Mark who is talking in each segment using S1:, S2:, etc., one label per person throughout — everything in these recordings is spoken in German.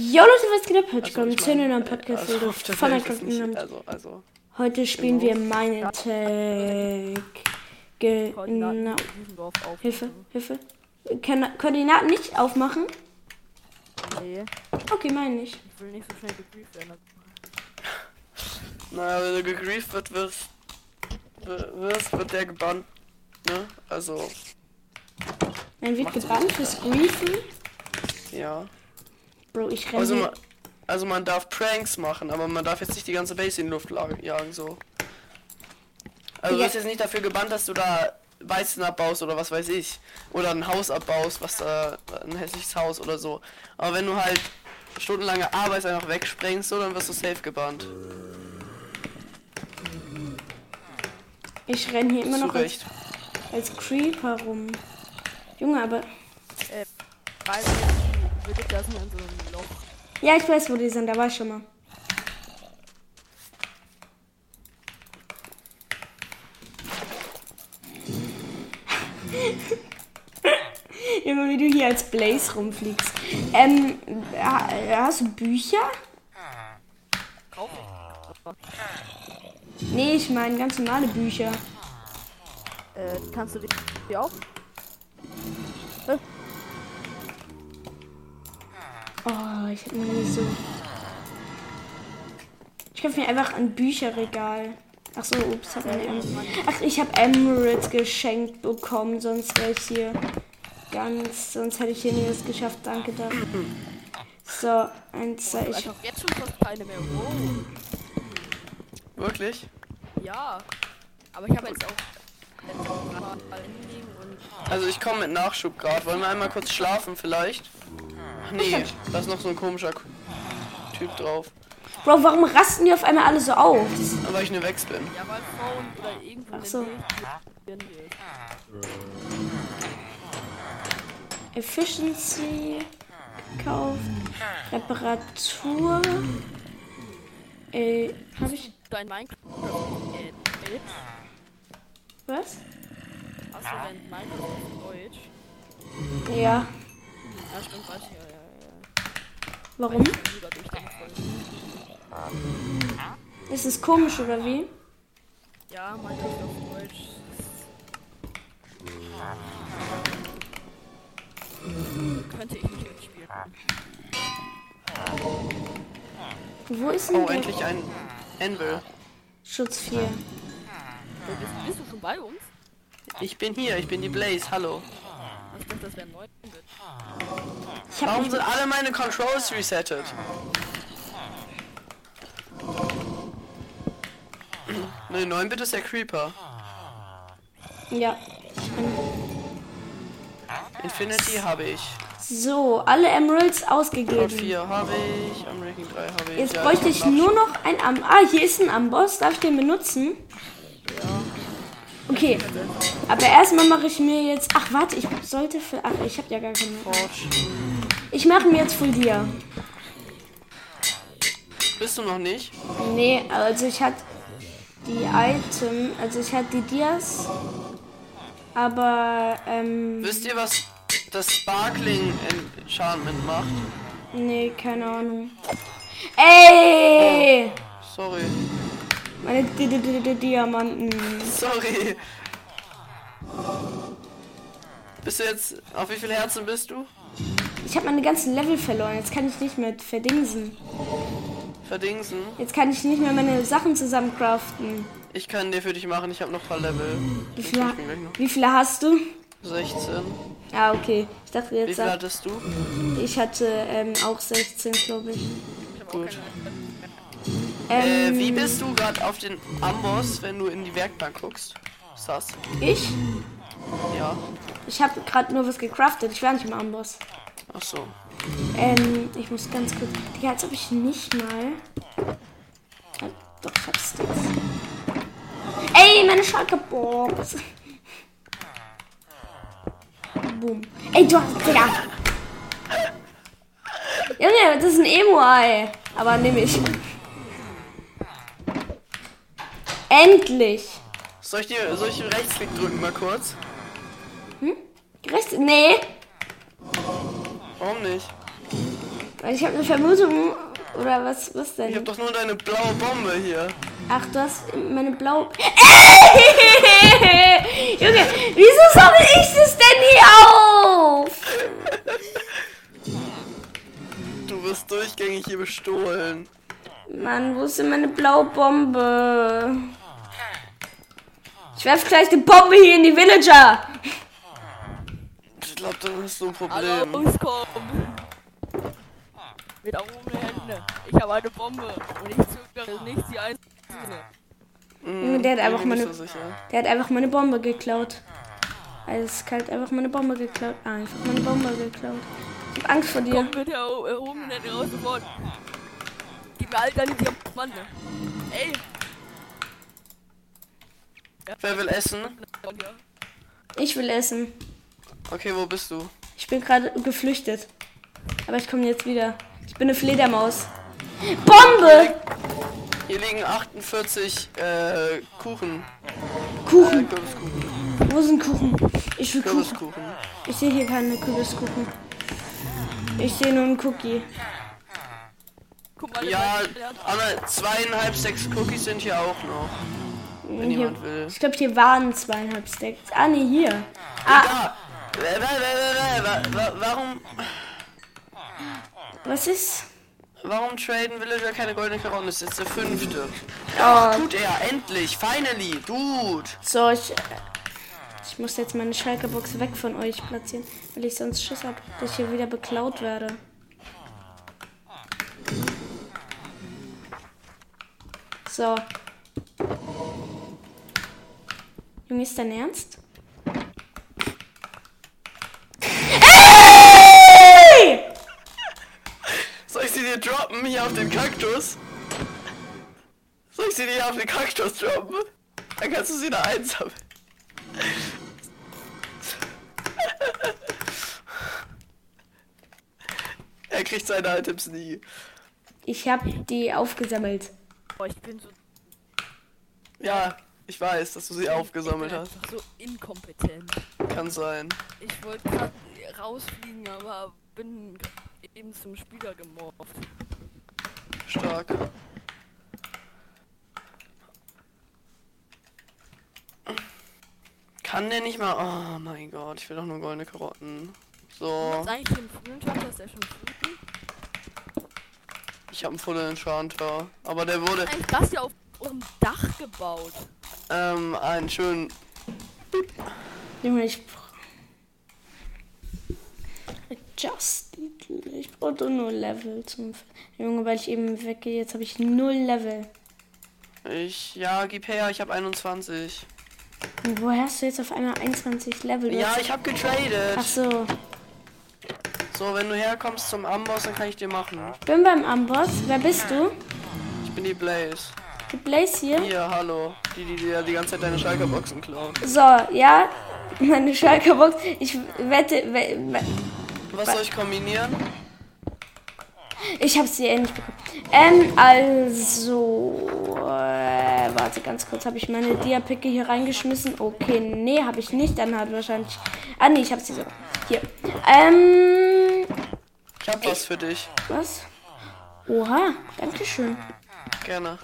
S1: Jo Leute, was geht ab? Heute kommen
S2: ich
S1: zu einer
S2: meine,
S1: neuen
S2: äh,
S1: Podcast-Folge
S2: also auf der
S1: von
S2: Welt ist nicht-
S1: Minecraft.
S2: Also, also.
S1: Heute spielen wir Minetech. Genau.
S3: Düsseldorf auf.
S1: Hilfe, Hilfe. Kann, Koordinaten nicht aufmachen?
S3: Nee,
S1: Okay, meine ich.
S3: ich will nicht so schnell gebrieft werden.
S2: Naja, wenn du gegrieft wird, wirst, wir- wirst, wird der gebannt. Ne? Also,
S1: Man wird
S2: Macht's
S1: gebannt
S2: nicht.
S1: fürs Griefen.
S2: ja.
S1: Bro, ich renne.
S2: Also man,
S1: hier-
S2: also man darf Pranks machen, aber man darf jetzt nicht die ganze Base in die Luft la- jagen, so. Also du
S1: Ja.
S2: wirst jetzt nicht dafür gebannt, dass du da Weizen abbaust oder was weiß ich. Oder ein Haus abbaust, was da, ein hässliches Haus oder so. Aber wenn du halt stundenlange Arbeit einfach wegsprengst, so, dann wirst du safe gebannt.
S1: ich renne hier immer
S2: Zu
S1: noch als,
S2: Recht.
S1: als Creeper rum. Junge, aber.
S3: Weil wir- wir dick da sind in so einem Loch.
S1: Ja, ich weiß, wo die sind. Da war ich schon mal. Junge, wie du hier als Blaze rumfliegst. Ähm, ha- hast du Bücher?
S3: Kauf ich.
S1: Nee, ich meine ganz normale Bücher.
S3: Äh, kannst du dich hier auch?
S1: Oh, ich hab noch nie so. Ich kaufe mir einfach ein Bücherregal. Ach so, ups, hab meine Em Ach, ich habe Emerald geschenkt bekommen, sonst wäre ich hier ganz, sonst hätte ich hier nichts geschafft. Danke dafür. So, eins, zwei, ich.
S3: Einfach Also, jetzt schon fast keine mehr. Wow.
S2: Wirklich?
S3: Ja. Aber ich habe jetzt auch jetzt auch mal hinlegen und
S2: Also ich komme mit Nachschub gerade. Wollen wir einmal kurz schlafen vielleicht? Ach nee, da ist noch so ein komischer K- Typ drauf.
S1: Bro, warum rasten die auf einmal alle so aus?
S2: Aber weil ich nur weg bin.
S3: ja, weil Frauen oder irgendwo in
S1: Ach so.
S3: der Nähe ist.
S1: Efficiency gekauft. Reparatur. Äh, habe ich.
S3: Dein Minecraft. Äh, äh,
S1: Was?
S3: hast du dein Minecraft auf Deutsch?
S1: Ja.
S3: Ja, stimmt, weiß ich. Ja, ja,
S1: Warum?
S3: ja. Lieber durch den Voll.
S1: Ist es komisch oder wie?
S3: Ja, Minecraft auf Deutsch. Könnte ich nicht mitspielen.
S1: Wo ist denn
S2: Oh,
S1: der
S2: endlich ein Anvil.
S1: Schutz 4?
S3: So, bist, bist du schon bei uns?
S2: Ich bin hier, ich bin die Blaze, hallo.
S3: Ich dachte, das wäre neu.
S1: Ich hab
S2: Warum
S1: mich,
S2: sind alle meine Controls resettet? Ne, 9 Bit ist der Creeper.
S1: ja.
S2: Infinity habe ich.
S1: So, alle Emeralds
S2: Cloud
S1: ausgegeben.
S2: 4 habe ich. Am Ranking 3 habe ich.
S1: Jetzt
S2: Ja,
S1: bräuchte
S2: hab
S1: ich
S2: Nachschub.
S1: nur noch ein Am. Ah, hier ist ein Amboss. Darf ich den benutzen? Okay. Aber erstmal mache ich mir jetzt. Ach, warte, ich sollte für. Ach, ich habe ja gar keine. Ich mache mir jetzt Full Dia.
S2: Bist du noch nicht?
S1: Nee, also ich hatte die Item. Also ich hatte die Dias. Aber, ähm.
S2: Wisst ihr, was das Sparkling Enchantment macht?
S1: Nee, keine Ahnung. Ey!
S2: Sorry.
S1: Meine Di Di Di Di Diamanten.
S2: Sorry. Bist du jetzt. Auf wie viele Herzen bist du?
S1: Ich habe meine ganzen Level verloren. Jetzt kann ich nicht mehr verdingsen.
S2: Verdingsen.
S1: Jetzt kann ich nicht mehr meine Sachen zusammencraften.
S2: Ich kann dir für dich machen, ich habe noch ein paar Level.
S1: Wie
S2: Ich bin
S1: viele,
S2: gleich noch
S1: wie viele hast du?
S2: 16.
S1: Ah, okay. Ich dachte
S2: Wie
S1: jetzt,
S2: viel
S1: sag-
S2: hattest du?
S1: ich hatte ähm, auch 16, glaube ich.
S2: Gut. Äh,
S1: Ähm,
S2: wie bist du gerade auf den Amboss, wenn du in die Werkbank guckst? Sass.
S1: ich?
S2: Ja.
S1: Ich habe gerade nur was gecraftet. Ich war nicht im Amboss.
S2: Ach so.
S1: Ähm, ich muss ganz kurz. Digga, als ob ich nicht mal. Ah, Doch, ich hab's jetzt. Ey, meine Schalke-Box. Boom. Ey, du hast. Digga. Junge, das ist ein Emo-Ei. Aber nehme ich. Endlich.
S2: Soll ich dir soll ich den Rechtsklick drücken mal kurz?
S1: Rechts. Nee.
S2: Warum nicht?
S1: Weil ich habe eine Vermutung. Oder was, was
S2: Ich hab
S1: denn?
S2: doch nur deine blaue Bombe hier.
S1: Ach, du hast meine blaue. Ey! Junge, wieso sammle ich das denn hier auf?
S2: Du wirst durchgängig hier bestohlen.
S1: Mann, wo ist denn meine blaue Bombe? Ich werf gleich die Bombe hier in die Villager.
S2: Ich glaube, dann hast du ein
S3: Alle
S2: Problem.
S3: rauskommen. Mit erhobenen Händen. Ich habe eine Bombe und ich zögere nicht die einzelne.
S1: Junge, der hat einfach
S2: Mhm. bin mir
S1: meine.
S2: nicht so sicher.
S1: Der hat einfach meine Bombe geklaut. Alles kalt, einfach meine Bombe geklaut. Ah, einfach meine Bombe geklaut. Ich hab Angst vor dir.
S3: Komm mit der äh, erho- erhobenen Hände raus sofort. Gib mir all deine Diamanten. Ey,
S2: Wer will essen?
S3: Mann, ja.
S1: Ich will essen.
S2: Okay, wo bist du?
S1: Ich bin gerade geflüchtet. Aber ich komme jetzt wieder. Ich bin eine Fledermaus. Bombe!
S2: Hier liegen 48 äh, Kuchen. Äh,
S1: Kuchen.
S2: Kürbiskuchen.
S1: Wo sind Kuchen? Ich will Kuchen.
S2: Kürbiskuchen.
S1: Ich sehe hier keine Kürbiskuchen. Ich sehe nur einen Cookie.
S3: Guck mal,
S2: Ja,
S3: der hat-
S2: aber zweieinhalb, sechs Cookies sind hier auch noch. Wenn
S1: Hier,
S2: jemand will.
S1: ich glaube, hier waren zweieinhalb Stacks. Ah, nee, hier. Ah,
S2: Da! Wa- wa- wa- wa- wa- wa- Warum,
S1: was ist?
S2: warum traden Villager keine goldene Karotte? Das ist jetzt der fünfte.
S1: Oh,
S2: Tut er, endlich, finally, dude.
S1: So, ich, äh, ich muss jetzt meine Schalke-Box weg von euch platzieren, weil ich sonst Schiss hab, dass ich hier wieder beklaut werde. So. Junge, ist dein Ernst? Ey!
S2: Soll ich sie dir droppen hier auf den Kaktus? Soll ich sie dir auf den Kaktus droppen? Dann kannst du sie da einsammeln. er kriegt seine Items nie.
S1: Ich hab die aufgesammelt.
S3: Boah, ich bin so,
S2: Ja, ich weiß, dass du sie aufgesammelt hast.
S3: einfach so inkompetent.
S2: Kann sein.
S3: Ich wollte gerade rausfliegen, aber bin eben zum Spieler gemorpht.
S2: Stark. Kann der nicht mal. Oh mein Gott, ich will doch nur goldene Karotten. So,
S3: Ist eigentlich im frühen Tag, dass der schon früh ist?
S2: ich habe einen vollen Enchanter. Aber der wurde
S3: Eigentlich das hier auf unserem Dach gebaut.
S2: ähm, einen schönen.
S1: Junge, ich brauch- Just Eat- Ich brauche nur Level zum. F- Junge, weil ich eben weggehe, jetzt habe ich null Level.
S2: Ich. Ja, gib her, ich habe 21.
S1: Und woher hast du jetzt auf einmal 21 Level? Du
S2: Ja,
S1: hast-
S2: ich habe getradet.
S1: Ach so.
S2: So, wenn du herkommst zum Amboss, dann kann ich dir machen.
S1: Ich bin beim Amboss. Wer bist du?
S2: Ich bin die Blaze.
S1: Die Blaze hier.
S2: Hier, hallo. Die, die dir die ganze Zeit deine Schalker-Boxen klauen.
S1: So, ja. Meine Schalkerbox. Ich wette. we- we-
S2: Was soll ich kombinieren?
S1: Ich habe sie endlich bekommen. Ähm, also. Äh, warte ganz kurz. Habe ich meine Diapicke hier reingeschmissen? Okay, nee, habe ich nicht. Dann hat wahrscheinlich. Ah, nee, ich habe sie sogar. Hier. Ähm.
S2: Ich hab was für dich.
S1: Was? Oha, danke schön.
S2: Gerne.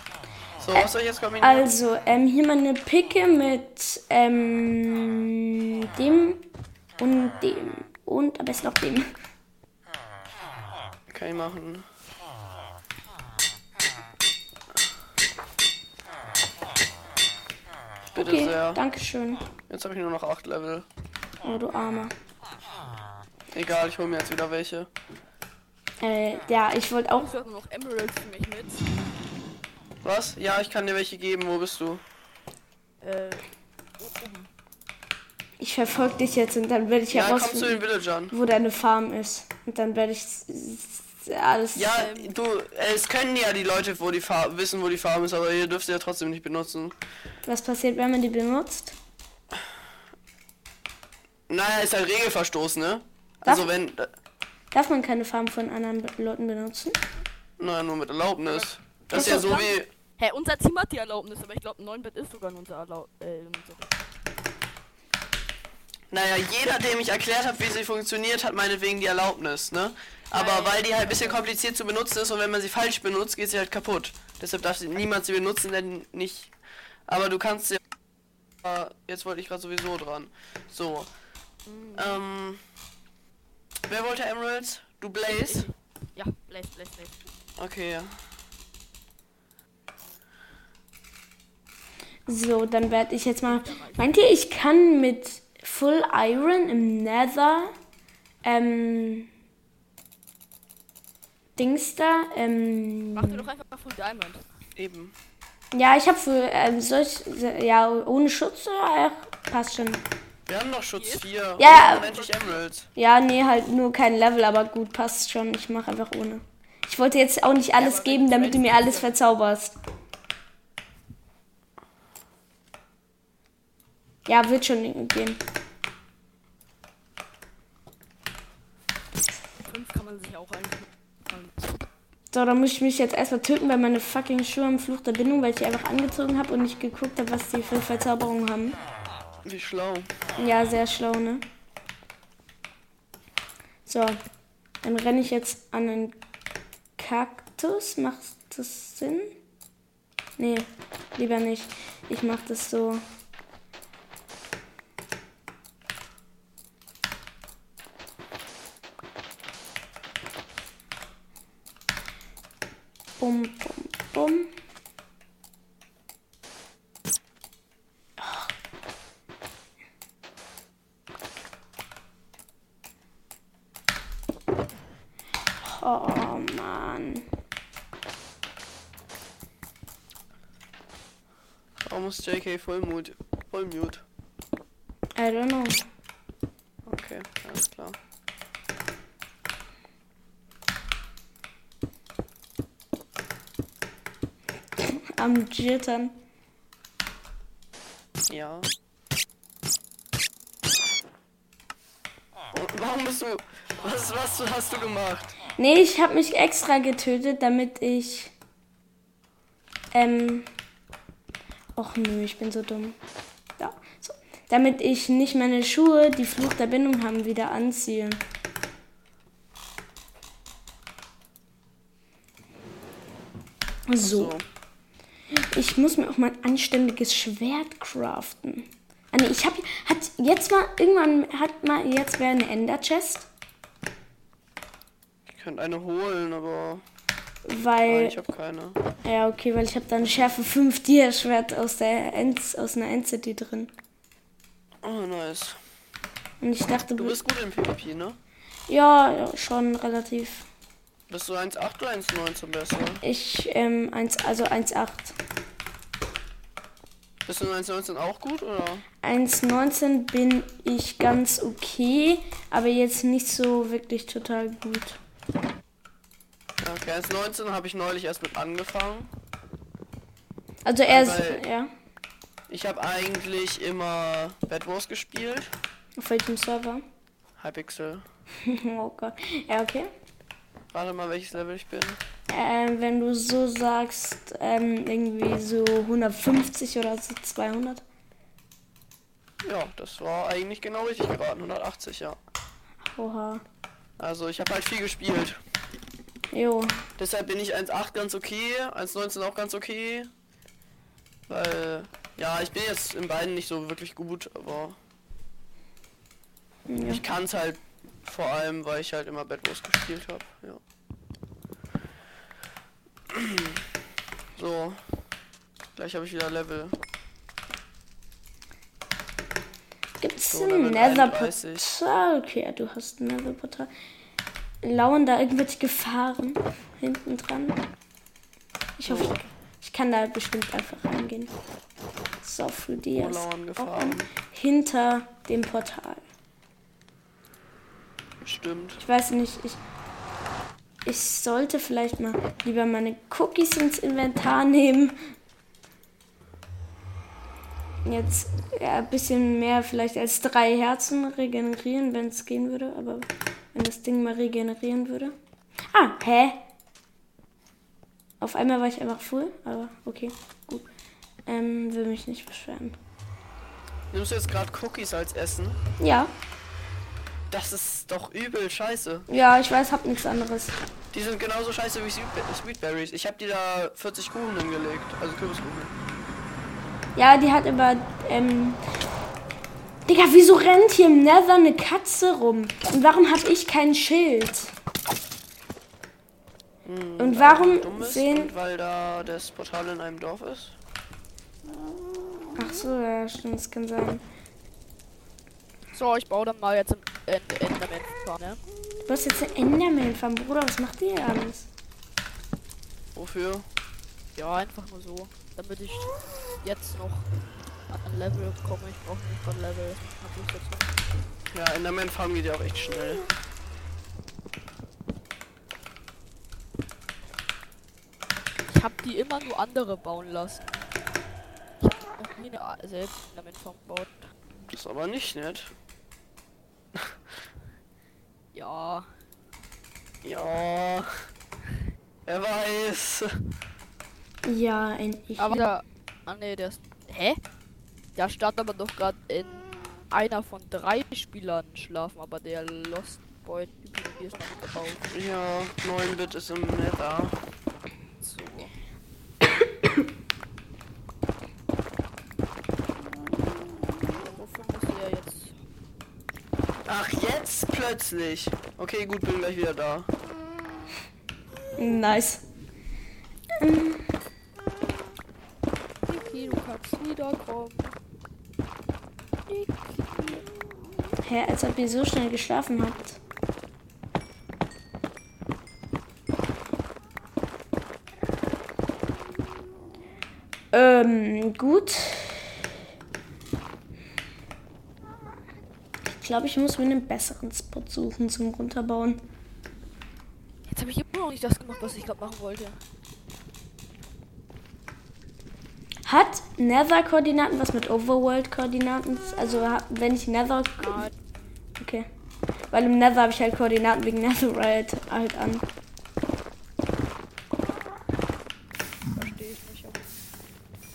S2: So, was soll ich jetzt kombinieren?
S1: Also, ähm, hier meine Picke mit ähm, dem und dem. Und am besten auch dem.
S2: Kann ich machen. Bitte
S1: Okay,
S2: sehr.
S1: danke schön.
S2: Jetzt habe ich nur noch 8 Level.
S1: Oh, du Armer.
S2: Egal, ich hole mir jetzt wieder welche.
S1: Äh, ja, ich wollte auch.
S3: Ich hab nur noch Emeralds für mich mit.
S2: Was? Ja, ich kann dir welche geben. Wo bist du?
S3: Äh, oben.
S1: Ich verfolge dich jetzt und dann werde ich
S2: Ja, komm zu den
S1: herausfinden,
S2: Villagern.
S1: wo deine Farm ist. Und dann werde ich s- s- alles.
S2: Ja, du, es können ja die Leute wo die Farm, wissen, wo die Farm ist, aber ihr dürft sie ja trotzdem nicht benutzen.
S1: Was passiert, wenn man die benutzt?
S2: Naja, ist halt Regelverstoß, ne?
S1: Was?
S2: Also wenn...
S1: Darf man keine Farm von anderen Be- Leuten benutzen?
S2: Naja, nur mit Erlaubnis. Das ist ja so wie...
S3: Hä, unser Team hat die ähm, Erlaubnis, aber ich glaube, ein 9-Bett ist sogar in unser Erlaubnis. Äh, in unser-
S2: Naja, jeder, dem ich erklärt habe, wie sie funktioniert, hat meinetwegen die Erlaubnis, ne? Aber weil die halt ein bisschen kompliziert zu benutzen ist und wenn man sie falsch benutzt, geht sie halt kaputt. Deshalb darf sie, niemand sie benutzen, denn nicht. Aber du kannst sie. Äh, Jetzt wollte ich gerade sowieso dran. So. Ähm. Wer wollte Emeralds? Du Blaze?
S3: Ja, Blaze, Blaze, Blaze.
S2: Okay, ja.
S1: So, dann werde ich jetzt mal. Meint ihr, ich kann mit Full Iron im Nether ähm, Dings da? Ähm,
S3: Mach dir doch einfach Full Diamond.
S2: Eben.
S1: ja, ich habe für ähm, solch ja ohne Schutz oder ach, passt schon.
S2: Wir haben noch Schutz 4.
S1: Ja.
S2: endlich Emeralds.
S1: Ja, nee, halt nur kein Level, aber gut, passt schon. Ich mache einfach ohne. Ich wollte jetzt auch nicht alles geben, damit du mir alles verzauberst. Ja, wird schon gehen.
S3: 5 kann man sich auch einkaufen.
S1: So, dann muss ich mich jetzt erstmal töten, weil meine fucking Schuhe am Fluch der Bindung, weil ich die einfach angezogen habe und nicht geguckt habe, was die für Verzauberungen haben.
S2: Wie schlau.
S1: Ja, sehr schlau, ne? So, dann renne ich jetzt an einen Kaktus. Macht das Sinn? Nee, lieber nicht. Ich mach das so. Bum, bum, bum. Oh Mann.
S2: Warum muss JK Vollmut? Vollmute.
S1: I don't know.
S2: Okay, alles klar.
S1: Am Jittern.
S2: Ja. Und Warum bist du. Was, was hast du gemacht?
S1: Nee, ich habe mich extra getötet, damit ich. Ähm. Och nö, ich bin so dumm. Da, so. Damit ich nicht meine Schuhe, die Fluch der Bindung haben, wieder anziehe. So.
S2: So.
S1: Ich muss mir auch mal ein anständiges Schwert craften. Ah, nee, ich hab. Hat jetzt mal. Irgendwann hat mal jetzt wer eine Ender-Chest.
S2: Ich könnte eine holen, aber. Nein,
S1: Weil.
S2: ich habe keine.
S1: Ja, okay, weil ich habe dann Schärfe 5 Dia-Schwert aus, der End- aus einer End-City drin.
S2: Oh, nice.
S1: Und ich dachte,
S2: Du bist gut im PvP, ne?
S1: ja, ja, schon relativ.
S2: Bist du 1,8 oder 1,9 zum Besten?
S1: Ich, ähm, 1, also 1,8.
S2: Bist du in 1,19 auch gut, oder?
S1: 1,19 bin ich ganz okay, aber jetzt nicht so wirklich total gut.
S2: Ja, Okay, 1,19 habe ich neulich erst mit angefangen.
S1: Also er ist,
S2: Weil-
S1: ja,
S2: Ich habe eigentlich immer Bad Wars gespielt.
S1: auf welchem Server?
S2: Hypixel.
S1: oh Gott. Ja, okay.
S2: Warte mal, welches Level ich bin.
S1: Ähm, wenn du so sagst, ähm, irgendwie so 150 oder so 200.
S2: Ja, das war eigentlich genau richtig geraten. 180, ja.
S1: Oha.
S2: Also ich habe halt viel gespielt.
S1: Jo,
S2: Deshalb bin ich 1,8 ganz okay, 1,19 auch ganz okay. Weil, ja, ich bin jetzt in beiden nicht so wirklich gut, aber
S1: Ja.
S2: ich kann es halt vor allem, weil ich halt immer Bad Wars gespielt habe. Ja. So, gleich habe ich wieder Level.
S1: Gibt's
S2: So,
S1: ein
S2: Level
S1: Nether-Portal? ah, Okay, ja, du hast ein Nether-Portal. Lauern da irgendwelche Gefahren hinten dran? Ich hoffe,
S2: Oh.
S1: ich, ich kann da bestimmt einfach reingehen. So, für die
S2: Wo
S1: ist
S2: Oh, lauern
S1: auch
S2: Gefahren?
S1: ein- Hinter dem Portal.
S2: Stimmt.
S1: Ich weiß nicht, ich. Ich sollte vielleicht mal lieber meine Cookies ins Inventar nehmen. Jetzt ja, ein bisschen mehr vielleicht als drei Herzen regenerieren, wenn es gehen würde. Aber wenn das Ding mal regenerieren würde. Ah, hä? Auf einmal war ich einfach full, aber okay, gut. Ähm, will mich nicht beschweren.
S2: Nimmst du jetzt gerade Cookies als Essen?
S1: Ja.
S2: Das ist doch übel scheiße.
S1: Ja, ich weiß, hab nichts anderes.
S2: Die sind genauso scheiße wie Sweet- Sweetberries. Ich habe die da 40 Kuchen hingelegt. Also Kürbiskuchen.
S1: Ja, die hat aber, ähm... Digga, wieso rennt hier im Nether eine Katze rum? Und warum hab ich kein Schild? Und warum
S2: Dumm ist
S1: sehen...
S2: und weil da das Portal in einem Dorf ist.
S1: Ach so, ja, stimmt, das kann sein.
S3: So, ich baue dann mal jetzt ein End Enderman. Ne?
S1: Du hast jetzt eine Enderman vom Bruder, was macht ihr hier alles?
S2: Wofür?
S3: Ja, einfach nur so. Damit ich jetzt noch an ein Level komme. Ich brauche nicht von Level. Hab ich jetzt noch.
S2: Ja, Enderman farmen geht ja auch echt schnell.
S3: Ich hab die immer nur andere bauen lassen. Ich hab noch nie eine A- selbst Enderman Farm gebaut.
S2: Das ist aber nicht nett.
S3: Ja.
S2: Ja. Wer weiß.
S1: Ja, ein ich.
S3: Aber da. Ah ne, der ist. Hä? Da stand aber doch gerade in einer von drei Spielern schlafen, aber der Lost Boy Typ hier ist noch gebaut.
S2: Ja, 9-Bit ist im Nether.
S3: So. Wofür muss er jetzt?
S2: Ach, jetzt plötzlich. Okay, gut, bin gleich wieder da.
S1: Nice.
S3: Niki, du kannst wiederkommen. Niki.
S1: Hä, als ob ihr so schnell geschlafen habt. Ähm, gut. Ich glaube, ich muss mir einen besseren Spot suchen zum Runterbauen.
S3: Jetzt habe ich immer noch nicht das gemacht, was ich gerade machen wollte.
S1: Hat Nether-Koordinaten was mit Overworld-Koordinaten? Also, ha- wenn ich Nether.
S3: Ah,
S1: Okay. Weil im Nether habe ich halt Koordinaten wegen Netherite halt an.
S3: verstehe ich nicht. aber-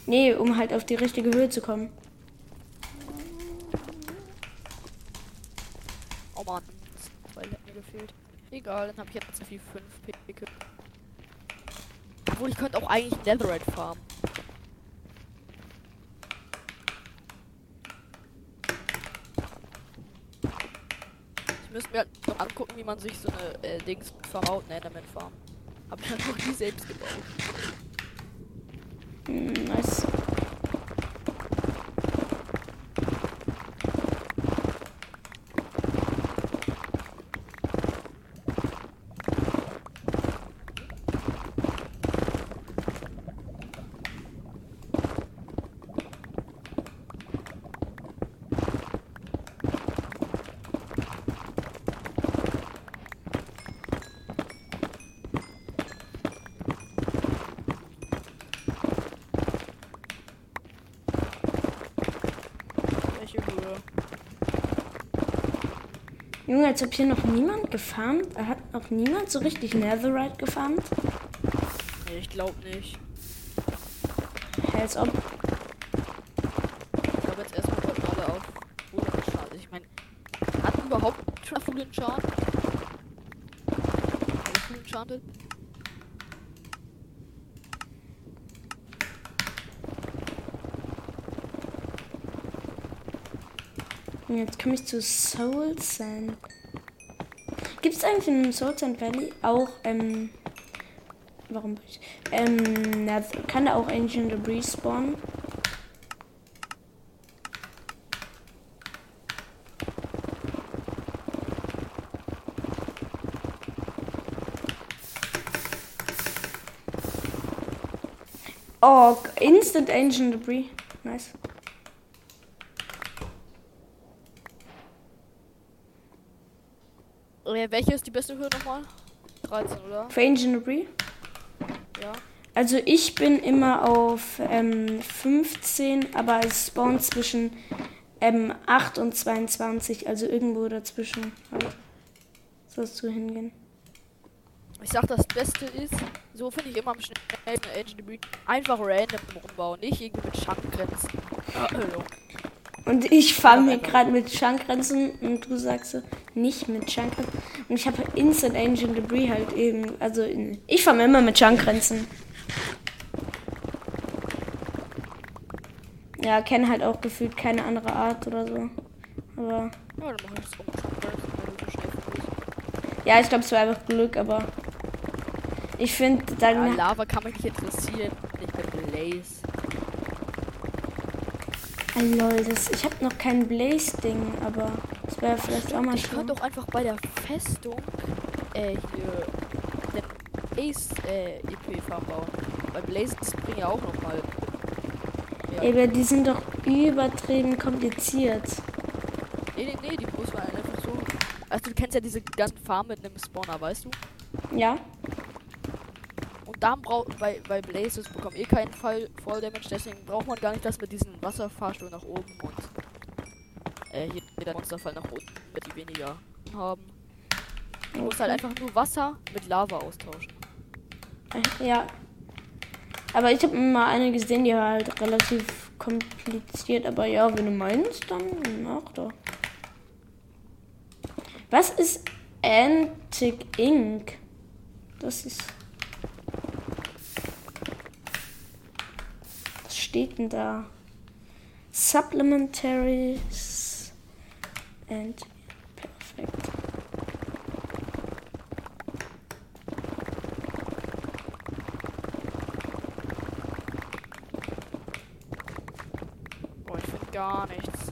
S1: Nee, um halt auf die richtige Höhe zu kommen.
S3: Oh Mann, zwei hat mir gefehlt. Egal, dann habe ich jetzt irgendwie 5 Pickel. Obwohl, ich könnte auch eigentlich Netherite farmen. Ich müsste mir halt noch angucken, wie man sich so eine äh, Dings verbaut, eine Enderman farm. Hab ich halt noch nie selbst gebaut.
S1: Hm, nice.
S3: Welche Höhe?
S1: Junge, als ob hier noch niemand gefarmt. Hat noch niemand so richtig Netherite gefarmt?
S3: Nee, ich glaub nicht.
S1: Hä, Als ob.
S3: Ich glaube jetzt erstmal wollten alle auf Fuglenschaden. Ich meine, hat überhaupt schon Fuglenschaden? Alle Fuglenschaden?
S1: Jetzt komme ich zu Soul Sand. Gibt es eigentlich in Soul Sand Valley auch, ähm. Warum bin ich. Ähm, Nether, kann da auch Ancient Debris spawnen? Oh, Instant Ancient Debris. Nice.
S3: Äh, welche ist die beste Höhe nochmal? 13, oder?
S1: Für Ancient Debris?
S3: Ja.
S1: Also ich bin immer auf ähm, 15, aber es spawnt zwischen ähm, 8 und 22, also irgendwo dazwischen. Halt. Sollst du hingehen?
S3: Ich sag, das Beste ist, so finde ich immer am schnellsten Engine Debut. Einfach random rumbauen, nicht irgendwie mit Schattengrenzen. Ah, Hallo.
S1: Und ich fahre mir gerade mit Schankgrenzen und du sagst so, nicht mit Schankgrenzen. Und ich habe Instant Angel Debris halt eben, also in, ich fahre immer mit Schankgrenzen. Ja, kenne halt auch gefühlt keine andere Art oder so. Aber
S3: Ja, dann mach ich's um. Weil du so schnell bist.
S1: ja, ich glaube, es war einfach Glück, aber ich finde
S3: Ja,
S1: dann
S3: Lava kann mich nicht interessieren. Nicht mit Blaze.
S1: Ah, lol, das, ich habe noch kein Blaze Ding, aber das wäre vielleicht auch mal
S3: Ich
S1: schön.
S3: könnte auch einfach bei der Festung äh, hier den Blaze äh, EP verbauen. Weil Blaze bringt ja auch nochmal. Ja,
S1: Ey, aber die sind doch übertrieben kompliziert.
S3: nee, nee, nee, die muss man einfach so. Also du kennst ja diese ganzen Farmen mit einem Spawner, weißt du?
S1: Ja?
S3: Und dann braucht bei, bei Blazes bekommt eh keinen Fall Fall Damage, deswegen braucht man gar nicht das mit diesem Wasserfahrstuhl nach oben und äh, hier der Monsterfall nach unten, wird die weniger haben. Du musst halt einfach nur Wasser mit Lava austauschen.
S1: Äh, Ja. Aber ich habe mal eine gesehen, die war halt relativ kompliziert. Aber ja, wenn du meinst, dann mach doch. Was ist Antic Ink? Das ist. Was steht denn da? Supplementaries and perfect.
S3: Boah, ich finde gar nichts.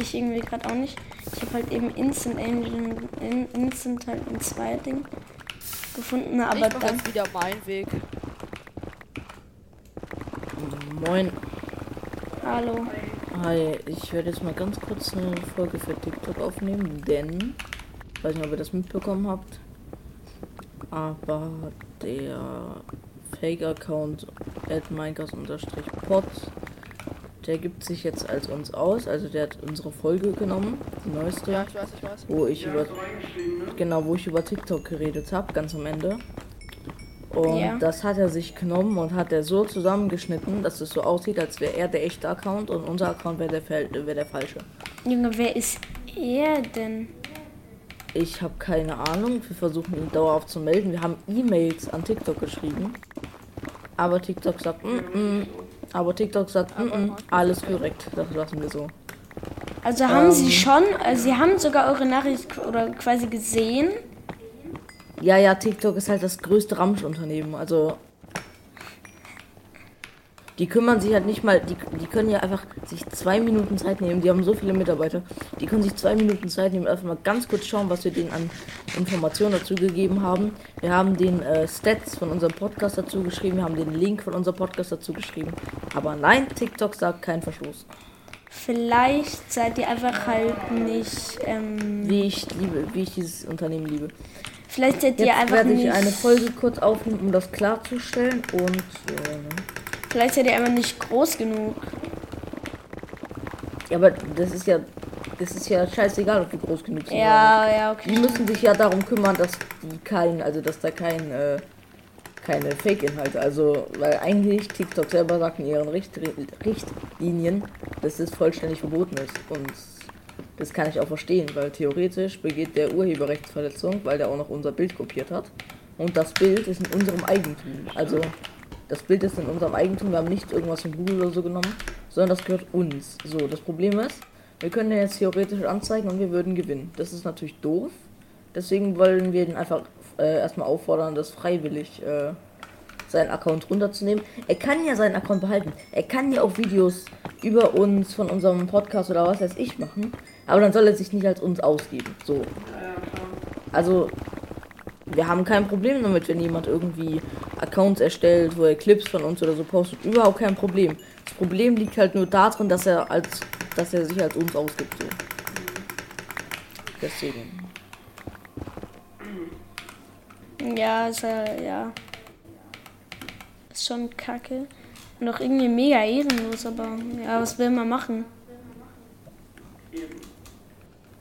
S1: Ich irgendwie gerade auch nicht. Ich habe halt eben Instant Engine, in, Instant halt ein zwei Ding gefunden, aber
S3: ich mach
S1: dann.
S3: jetzt wieder meinen Weg.
S4: Moin.
S1: Hallo.
S4: Hi, ich werde jetzt mal ganz kurz eine Folge für TikTok aufnehmen, denn, weiß nicht, ob ihr das mitbekommen habt, aber der Fake-Account @minecast_pod, der gibt sich jetzt als uns aus, also der hat unsere Folge genommen, die neueste,
S3: Ja, ich weiß, ich weiß.
S4: wo ich über genau, wo ich über TikTok geredet habe, ganz am Ende. Und
S1: Ja.
S4: das hat er sich genommen und hat er so zusammengeschnitten, dass es so aussieht, als wäre er der echte Account und unser Account wäre der, fel- äh, wäre der falsche.
S1: Junge, wer ist er denn?
S4: Ich habe keine Ahnung. Wir versuchen ihn dauerhaft zu melden. Wir haben E-Mails an TikTok geschrieben. Aber TikTok sagt, mm, mm. aber TikTok sagt, mm, mm. alles korrekt. Das lassen wir so.
S1: Also haben
S4: Ähm.
S1: sie schon, also sie haben sogar eure Nachricht qu- oder quasi gesehen.
S4: Ja, ja, TikTok ist halt das größte Ramschunternehmen. Also. Die kümmern sich halt nicht mal, die, die können ja einfach sich zwei Minuten Zeit nehmen. Die haben so viele Mitarbeiter. Die können sich zwei Minuten Zeit nehmen, einfach mal ganz kurz schauen, was wir denen an Informationen dazu gegeben haben. Wir haben den äh, Stats von unserem Podcast dazu geschrieben. Wir haben den Link von unserem Podcast dazu geschrieben. Aber nein, TikTok sagt keinen Verstoß.
S1: Vielleicht seid ihr einfach halt nicht. Ähm,
S4: Wie ich liebe, wie ich dieses Unternehmen liebe.
S1: vielleicht seid ihr
S4: Jetzt
S1: einfach
S4: werde ich
S1: nicht.
S4: eine Folge kurz aufnehmen, um das klarzustellen. Und äh, ne?
S1: vielleicht seid ihr einfach nicht groß genug.
S4: Ja, aber das ist ja, das ist ja scheißegal, ob die groß genug sind. oder
S1: Ja, ja,
S4: nicht. Die
S1: okay.
S4: müssen sich ja darum kümmern, dass die kein, also dass da kein, äh, keine Fake-Inhalte, also weil eigentlich TikTok selber sagt in ihren Richt Richtlinien, dass es vollständig verboten ist und das kann ich auch verstehen, weil theoretisch begeht der Urheberrechtsverletzung, weil der auch noch unser Bild kopiert hat und das Bild ist in unserem Eigentum, also das Bild ist in unserem Eigentum, wir haben nicht irgendwas von Google oder so genommen, sondern das gehört uns. So, das Problem ist, wir können den jetzt theoretisch anzeigen und wir würden gewinnen. Das ist natürlich doof. Deswegen wollen wir ihn einfach äh, erstmal auffordern, das freiwillig äh, seinen Account runterzunehmen. Er kann ja seinen Account behalten. Er kann ja auch Videos über uns, von unserem Podcast oder was weiß ich machen. Aber dann soll er sich nicht als uns ausgeben. So. Also, wir haben kein Problem damit, wenn jemand irgendwie Accounts erstellt, wo er Clips von uns oder so postet. Überhaupt kein Problem. Das Problem liegt halt nur darin, dass er als dass er sich als uns ausgibt. So. Deswegen.
S1: Ja, ist ja, ja. Ist schon kacke. Und auch irgendwie mega ehrenlos, aber ja, was will man machen?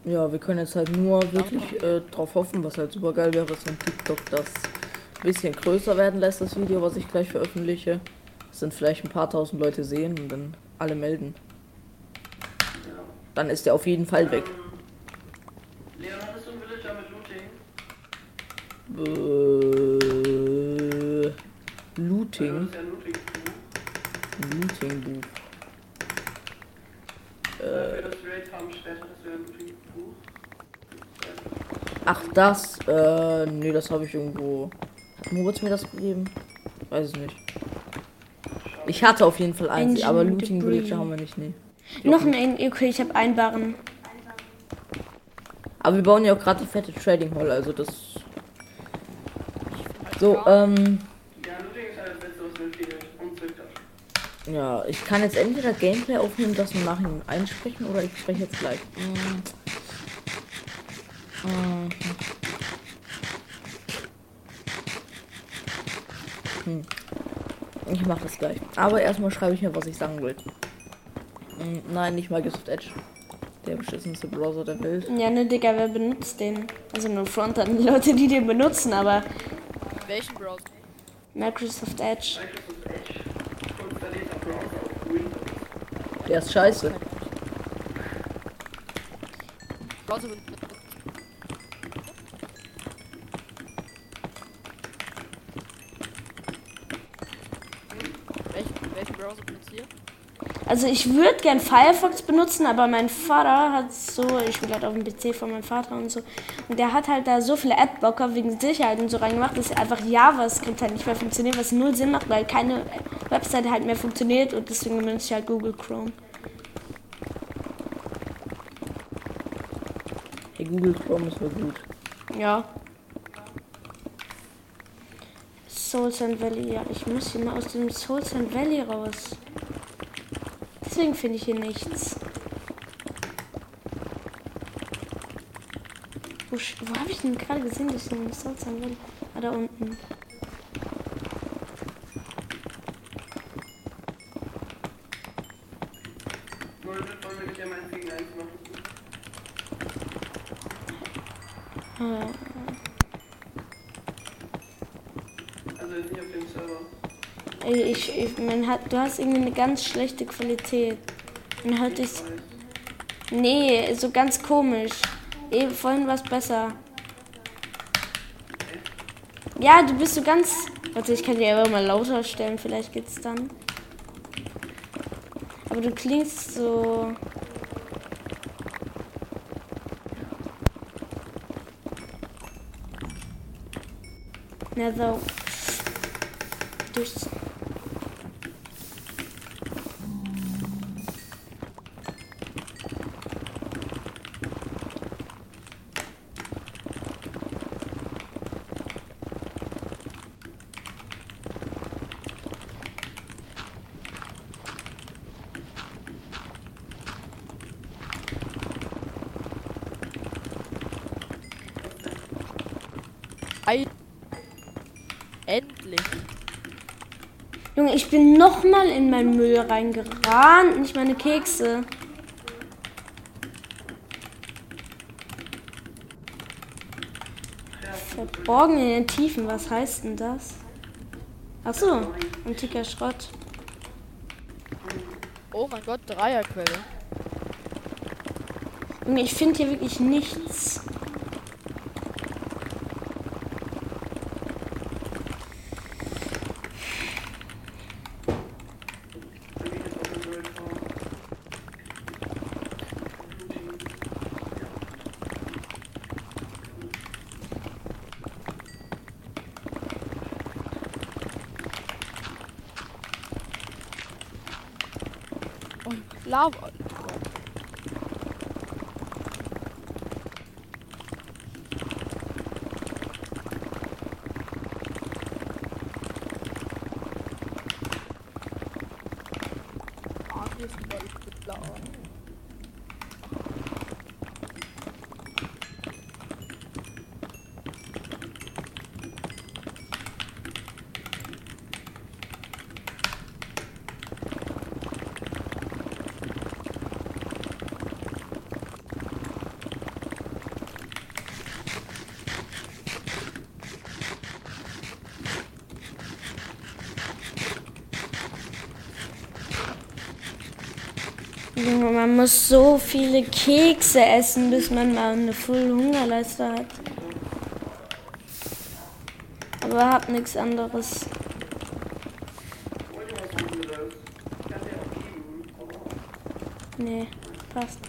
S4: Ja, wir können jetzt halt nur wirklich äh, drauf hoffen, was halt super geil wäre, dass von TikTok das ein bisschen größer werden lässt, das Video, was ich gleich veröffentliche. es dann vielleicht ein paar tausend Leute sehen und dann alle melden. Dann ist er auf jeden Fall weg.
S2: Leon, hattest du einen Villager mit Looting?
S4: Äh,
S2: Du
S4: Looting.
S2: hast ja ein Looting.
S4: Looting Buch.
S2: Für das Raid haben Schwert hattest du ja ein Looting.
S4: Ach, das. Äh, nee, das habe ich irgendwo. Hat Moritz mir das gegeben? Weiß ich nicht. Ich hatte auf jeden Fall eins,
S1: Engine
S4: aber Looting
S1: Debris.
S4: Villager haben wir nicht, nee.
S1: Noch ein, okay, ich habe einen Barren.
S4: Aber wir bauen ja auch gerade die fette Trading Hall, also das. So, ähm.
S2: Ja, Looting ist halt das Beste, was mir fehlt. Und Zwicktasch.
S4: Ja, ich kann jetzt entweder Gameplay aufnehmen, das und nachher einsprechen, oder ich spreche jetzt gleich. Mm. Mm. Hm. Ich mache das gleich. Aber erstmal schreibe ich mir, was ich sagen will. Mm, Nein, nicht Microsoft Edge. Der beschissenste Browser der Welt.
S1: Ja, ne, Digga, wer benutzt den? Also nur Frontend Leute, die den benutzen, aber
S3: Welchen Browser?
S1: Microsoft Edge.
S4: Der ist scheiße.
S3: Browser mit welchen, welchen Browser benutzt ihr?
S1: Also ich würde gern Firefox benutzen, aber mein Vater hat so, ich spiele halt auf dem PC von meinem Vater und so, und der hat halt da so viele Adblocker wegen Sicherheit und so reingemacht, dass einfach JavaScript halt nicht mehr funktioniert, was null Sinn macht, weil keine Webseite halt mehr funktioniert und deswegen benutze ich halt Google Chrome.
S4: Der Google Chrome ist wohl gut.
S1: Ja. Sultan Valley, ja, ich muss hier mal aus dem Sultan Valley raus. Deswegen finde ich hier nichts. Wo, sch- wo habe ich denn gerade gesehen, dass ich in Sultan Valley? Ah, da unten.
S2: Wollen wollen wir nicht einmal ein gegen eins machen?
S1: Ah,
S2: Also jetzt nicht auf dem Server.
S1: ey, ich, ich, man hat, du hast irgendwie eine ganz schlechte Qualität. Man hört dich. Nee, so ganz komisch. Eben vorhin war es besser. Ja, du bist so ganz. Warte, ich kann dir aber mal lauter stellen, vielleicht geht's dann. Aber du klingst so. Na so. Durchs.
S3: Ei. Endlich.
S1: Junge, ich bin nochmal in meinen Müll reingerannt, nicht meine Kekse. Verborgen in den Tiefen, was heißt denn das? Ach so, antiker Schrott.
S3: Oh mein Gott, Dreierquelle.
S1: Junge, ich finde hier wirklich nichts.
S3: Oh, Lava. Ah, hier ist überall Lava.
S1: Junge, man muss so viele Kekse essen, bis man mal eine Full Hungerleiste hat. Aber hab nichts anderes. Nee, passt.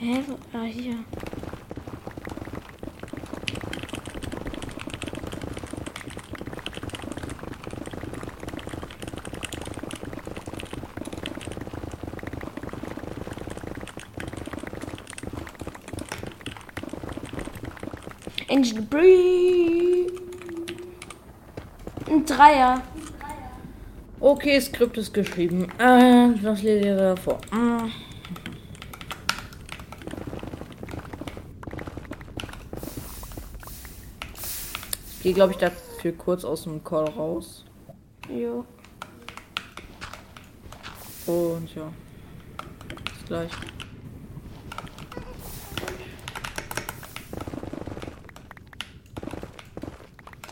S1: Hä? wo- Ah, hier. Angel Bree. Ein Dreier.
S4: Okay, Skript ist geschrieben. Äh, was lese ich da vor? Äh. Ich gehe, glaube ich, dafür kurz aus dem Call raus.
S1: Jo.
S4: Und ja. Bis gleich.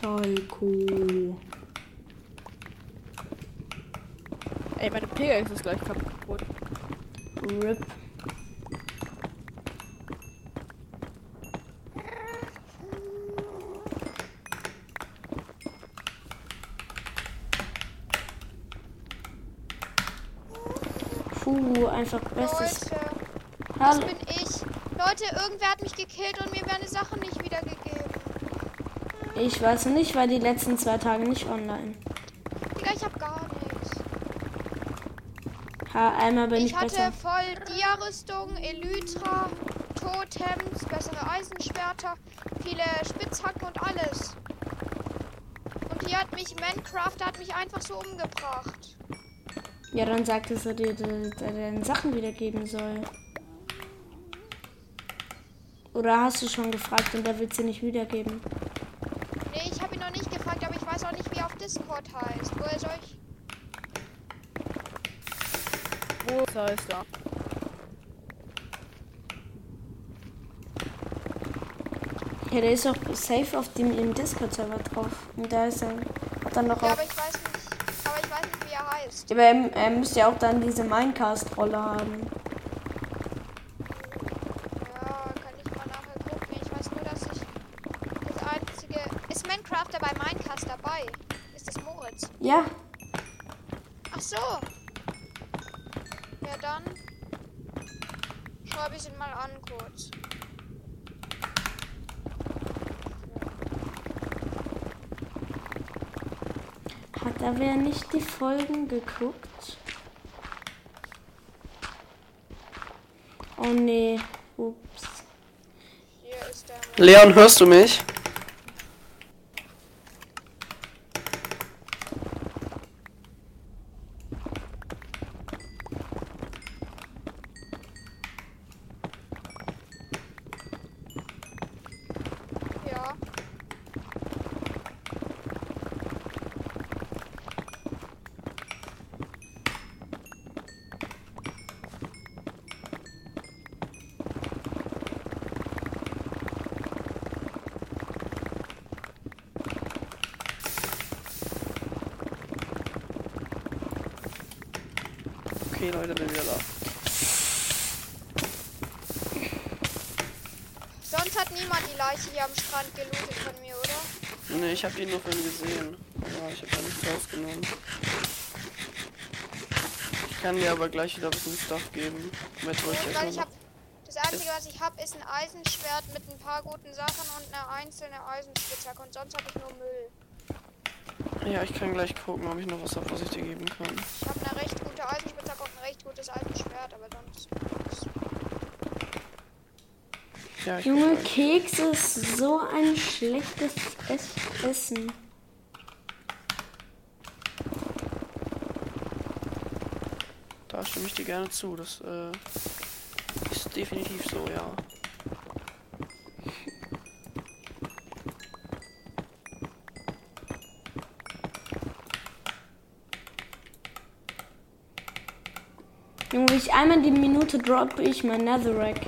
S4: Falco.
S3: Ey, meine Pickaxe ist gleich kaputt.
S1: RIP. Puh, einfach bestes.
S5: Leute, das
S1: Hallo.
S5: bin ich. Leute, irgendwer hat mich gekillt und mir werden Sachen nicht wiedergegeben.
S1: Ich weiß nicht, war die letzten zwei Tage nicht online.
S5: Digga, ich hab gar nichts.
S1: Ha, einmal bin ich,
S5: Ich hatte
S1: besser.
S5: voll Dia-Rüstung, Elytra, Totems, bessere Eisenschwerter, viele Spitzhacken und alles. Und hier hat mich Minecraft, hat mich einfach so umgebracht.
S1: Ja, dann sagt, dass er dir de- de- deine Sachen wiedergeben soll. Oder hast du schon gefragt und er will sie nicht wiedergeben?
S5: Nee, ich habe ihn noch nicht gefragt, aber ich weiß auch nicht, wie er auf Discord heißt. Woher soll ich?
S3: Wo ist er? Ist da?
S1: Ja, der ist doch safe auf dem im Discord-Server drauf. Und da ist dann, hat dann noch
S5: Ja,
S1: auf.
S5: aber ich weiß nicht. Aber ich weiß nicht, wie er heißt.
S1: Aber er, er müsste ja auch dann diese Minecast-Rolle haben.
S5: Ja, kann ich mal nachher gucken. Ich weiß nur, dass ich das einzige. Ist Minecraft dabei Minecast dabei? Ist das Moritz?
S1: Ja,
S5: Ach so. Ja, dann schreibe ich ihn mal an kurz.
S1: hat da wer nicht die Folgen geguckt? Oh nee, ups.
S5: Hier ist der Moritz.
S2: Leon, hörst du mich?
S5: Ja.
S2: Okay, Leute, bin wieder da.
S5: Sonst hat niemand die Leiche hier am Strand gelootet von mir, oder?
S2: Nee, ich hab ihn nur vorhin gesehen. Aber ich hab da nichts rausgenommen. Ich kann dir aber gleich wieder ein bisschen Stuff geben. Mit wo ich
S5: Nee, weil
S2: erstmal
S5: ich
S2: noch.
S5: hab. Das einzige, was ich habe, ist ein Eisenschwert mit ein paar guten Sachen und eine einzelne Eisenspitzhacke. Und sonst habe ich nur Müll.
S2: Ja, ich kann gleich gucken, ob ich noch was hab, was ich dir geben kann.
S5: Ich habe eine recht gute Eisenspitzhacke und ein recht gutes Eisenschwert, aber sonst.
S2: Ja, ich guck
S1: Junge,
S2: gleich.
S1: Keks ist so ein schlechtes Ess Essen.
S2: Da stimme ich dir gerne zu. Das äh, ist definitiv so, ja.
S1: Junge, wenn ich einmal die Minute droppe ich mein Netherrack.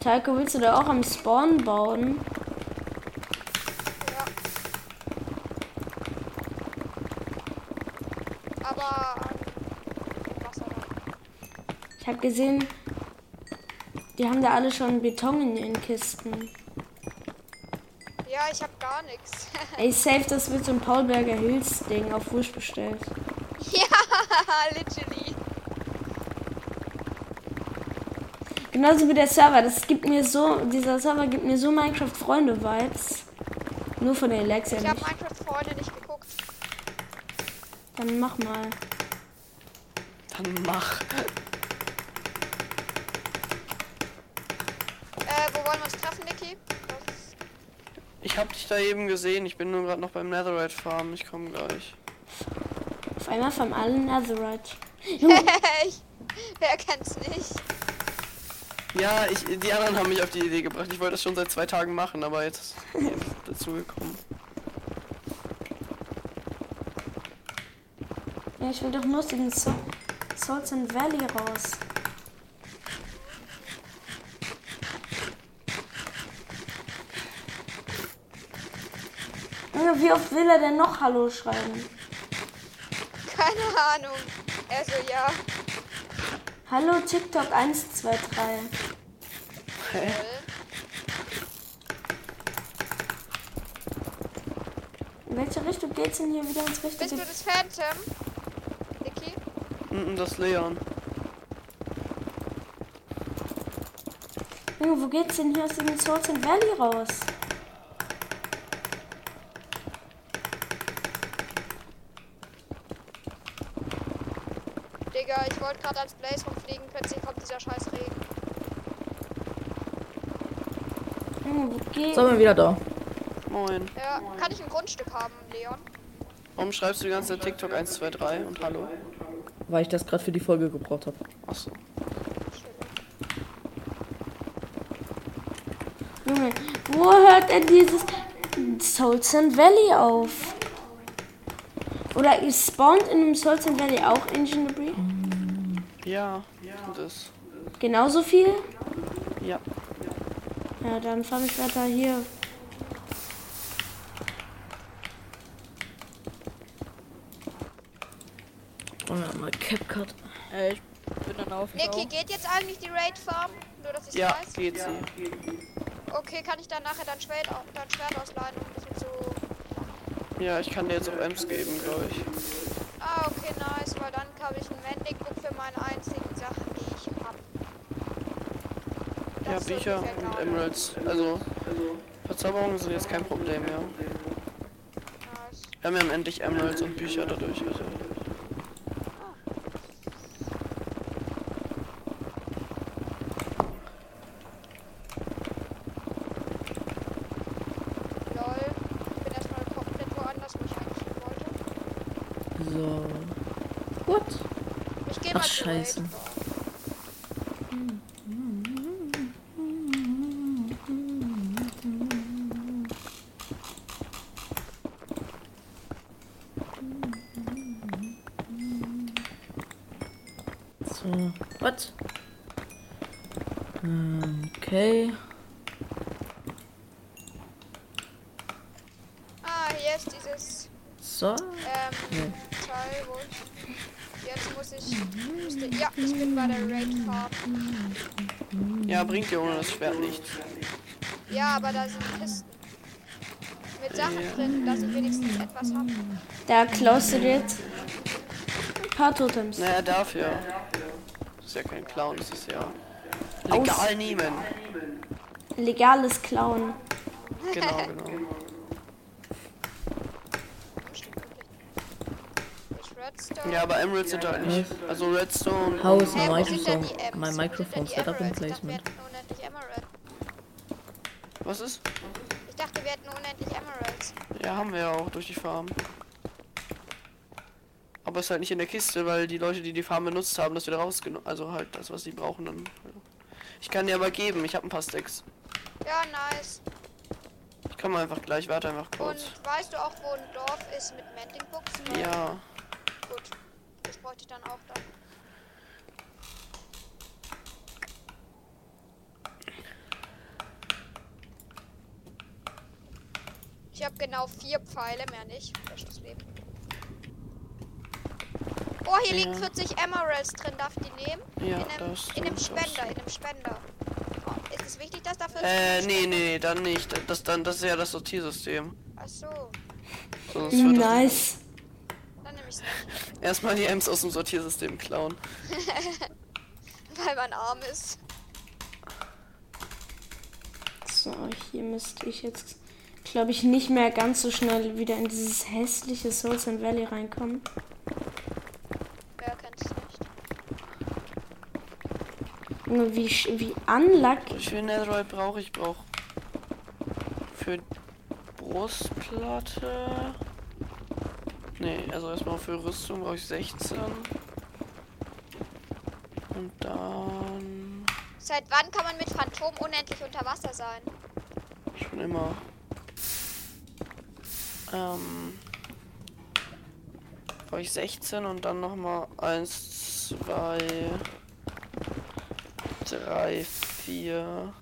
S1: Taiko, willst du da auch am Spawn bauen?
S5: Ja. ähm,
S1: Ich habe gesehen, die haben da alle schon Beton in ihren Kisten.
S5: Ja, ich hab gar nichts.
S1: Ey, safe, das wird so ein Paulberger Hills-Ding auf Wurst bestellt.
S5: Ja, literally.
S1: Genauso wie der Server. Das gibt mir so, dieser Server gibt mir so Minecraft-Freunde-Vibes. Nur von der Alexa
S5: Ich hab
S1: nicht.
S5: Minecraft Freunde nicht geguckt.
S1: Dann mach mal.
S2: Dann mach.
S5: Äh, wo wollen wir uns treffen, Niki? Was-
S2: Ich hab dich da eben gesehen. Ich bin nur gerade noch beim Netherite Farm. Ich komme gleich.
S1: Auf einmal von allen Netherite.
S5: Hey, wer kennt's nicht?
S2: Ja, ich, die anderen haben mich auf die Idee gebracht. Ich wollte das schon seit zwei Tagen machen, aber jetzt bin ich dazu gekommen.
S1: Ja, ich will doch nur aus diesem so Salt and Valley raus. Junge, wie oft will er denn noch Hallo schreiben?
S5: Keine Ahnung. Also ja.
S1: Hallo TikTok 123.
S2: Hä?
S1: In welche Richtung geht's denn hier wieder ins
S5: Bist du
S1: richtige?
S5: das Phantom? Niki?
S2: Mm, mm, Das ist Leon.
S1: Junge, wo geht's denn hier aus diesem Salt and Valley raus?
S5: Digga, ich wollte gerade ans Blaze rumfliegen, plötzlich kommt dieser scheiß Regen.
S1: Junge, wo geht?
S4: So, wir wieder da.
S2: Moin.
S5: Ja, kann ich ein Grundstück haben, Leon?
S2: Warum schreibst du die ganze Zeit TikTok 1, 2, 3 und Hallo?
S4: Weil ich das gerade für die Folge gebraucht habe.
S2: Achso.
S1: Junge, wo hört denn dieses Sultan Valley auf? Oder ihr spawnt in einem Sultan Valley auch Engineering?
S2: Ja. ja. Das.
S1: Genauso viel?
S2: Ja.
S1: Ja, dann fahre ich weiter hier.
S4: Oh ja, mal CapCut.
S3: Äh, ich bin dann auf.
S5: Niki, geht jetzt eigentlich die Raid Farm? Nur, dass ich
S2: Ja,
S5: weiß.
S2: geht sie.
S5: Okay, kann ich dann nachher dein Schwert, au- dein Schwert ausleihen, um ein bisschen zu.
S2: Ja, ich kann dir jetzt auch Ems geben, glaube ich.
S5: Ah, okay, nice, weil dann habe ich einen Mending Book für meine einzigen Sachen, die ich habe.
S2: Ja, Bücher und Emeralds. Also, Verzauberungen sind jetzt kein Problem mehr.
S5: Nice.
S2: Wir haben ja endlich Emeralds und Bücher dadurch. Also.
S5: Lol. Ich bin erstmal komplett woanders, wo ich eigentlich hin wollte.
S4: So. What?
S5: Ich gehe
S4: Ach,
S5: mal zur Raid
S4: scheiße.
S5: Farm.
S4: So. What? Ähm, Okay.
S5: Ah, hier ist dieses
S4: So.
S5: ähm, Teil, wo ich. Jetzt muss ich. Müsste, ja, ich bin bei der Raid Farm.
S2: Ja, bringt dir ohne das Schwert nichts.
S5: Ja, aber da sind Kisten. Mit Sachen drin, dass ich wenigstens etwas habe.
S1: Da klaust du dir jetzt ein paar Totems.
S2: Naja, dafür. Das ist ja kein Clown, das ist ja. Legal nehmen.
S1: Legales Klauen.
S2: Genau, genau.
S5: Ich Redstone.
S2: Ja, aber Emeralds sind halt nicht. Also Redstone.
S4: How's
S5: Hey,
S4: my
S5: wo sind denn
S4: microphone?
S5: die Ems?
S4: My microphone
S5: Wo sind
S4: setup
S5: denn die
S4: and
S5: Emeralds? Ich dachte, wir
S4: placement.
S5: hätten unendlich Emeralds.
S2: Was ist?
S5: Ich dachte, wir hätten unendlich Emeralds.
S2: Ja, haben wir ja auch durch die Farm. Aber ist halt nicht in der Kiste, weil die Leute, die die Farm benutzt haben, das wieder rausgenommen. Also halt das, was sie brauchen dann. Ich kann dir aber geben, ich habe ein paar Stacks.
S5: Ja, nice.
S2: Ich komme einfach gleich, warte einfach kurz.
S5: Und weißt du auch, wo ein Dorf ist mit Mending Books? Nee,
S2: Ja,
S5: Gut. Das bräuchte ich dann auch dann. Ich habe genau vier Pfeile, mehr nicht. Das ist das Leben. Oh, Oh, hier liegen
S2: Ja.
S5: 40 Emeralds drin. Darf ich die nehmen?
S2: Ja,
S5: in einem,
S2: das-
S5: in einem
S2: das-
S5: Spender, in einem Spender. Oh, ist es wichtig, dass dafür...
S2: Äh, nee, nee, nee, dann nicht. Das, dann, das ist ja das Sortiersystem.
S5: Ach so,
S2: Sonst wird das-
S1: Nice.
S5: dann nehme ich es nicht,
S2: Erstmal die Ems aus dem Sortiersystem klauen.
S5: weil man arm ist.
S1: So, hier müsste ich jetzt, glaube ich, nicht mehr ganz so schnell wieder in dieses hässliche Souls and Valley reinkommen.
S5: Wer kennt es nicht?
S1: Nur wie, sch- wie unlucky.
S2: Wie viel Netherite brauche ich? Brauche für Brustplatte. Nee, also erstmal für Rüstung brauche ich 16. Und dann
S5: Seit wann kann man mit Phantom unendlich unter Wasser sein?
S2: schon immer. Ähm. Brauche ich 16 und dann nochmal 1, 2, 3, 4.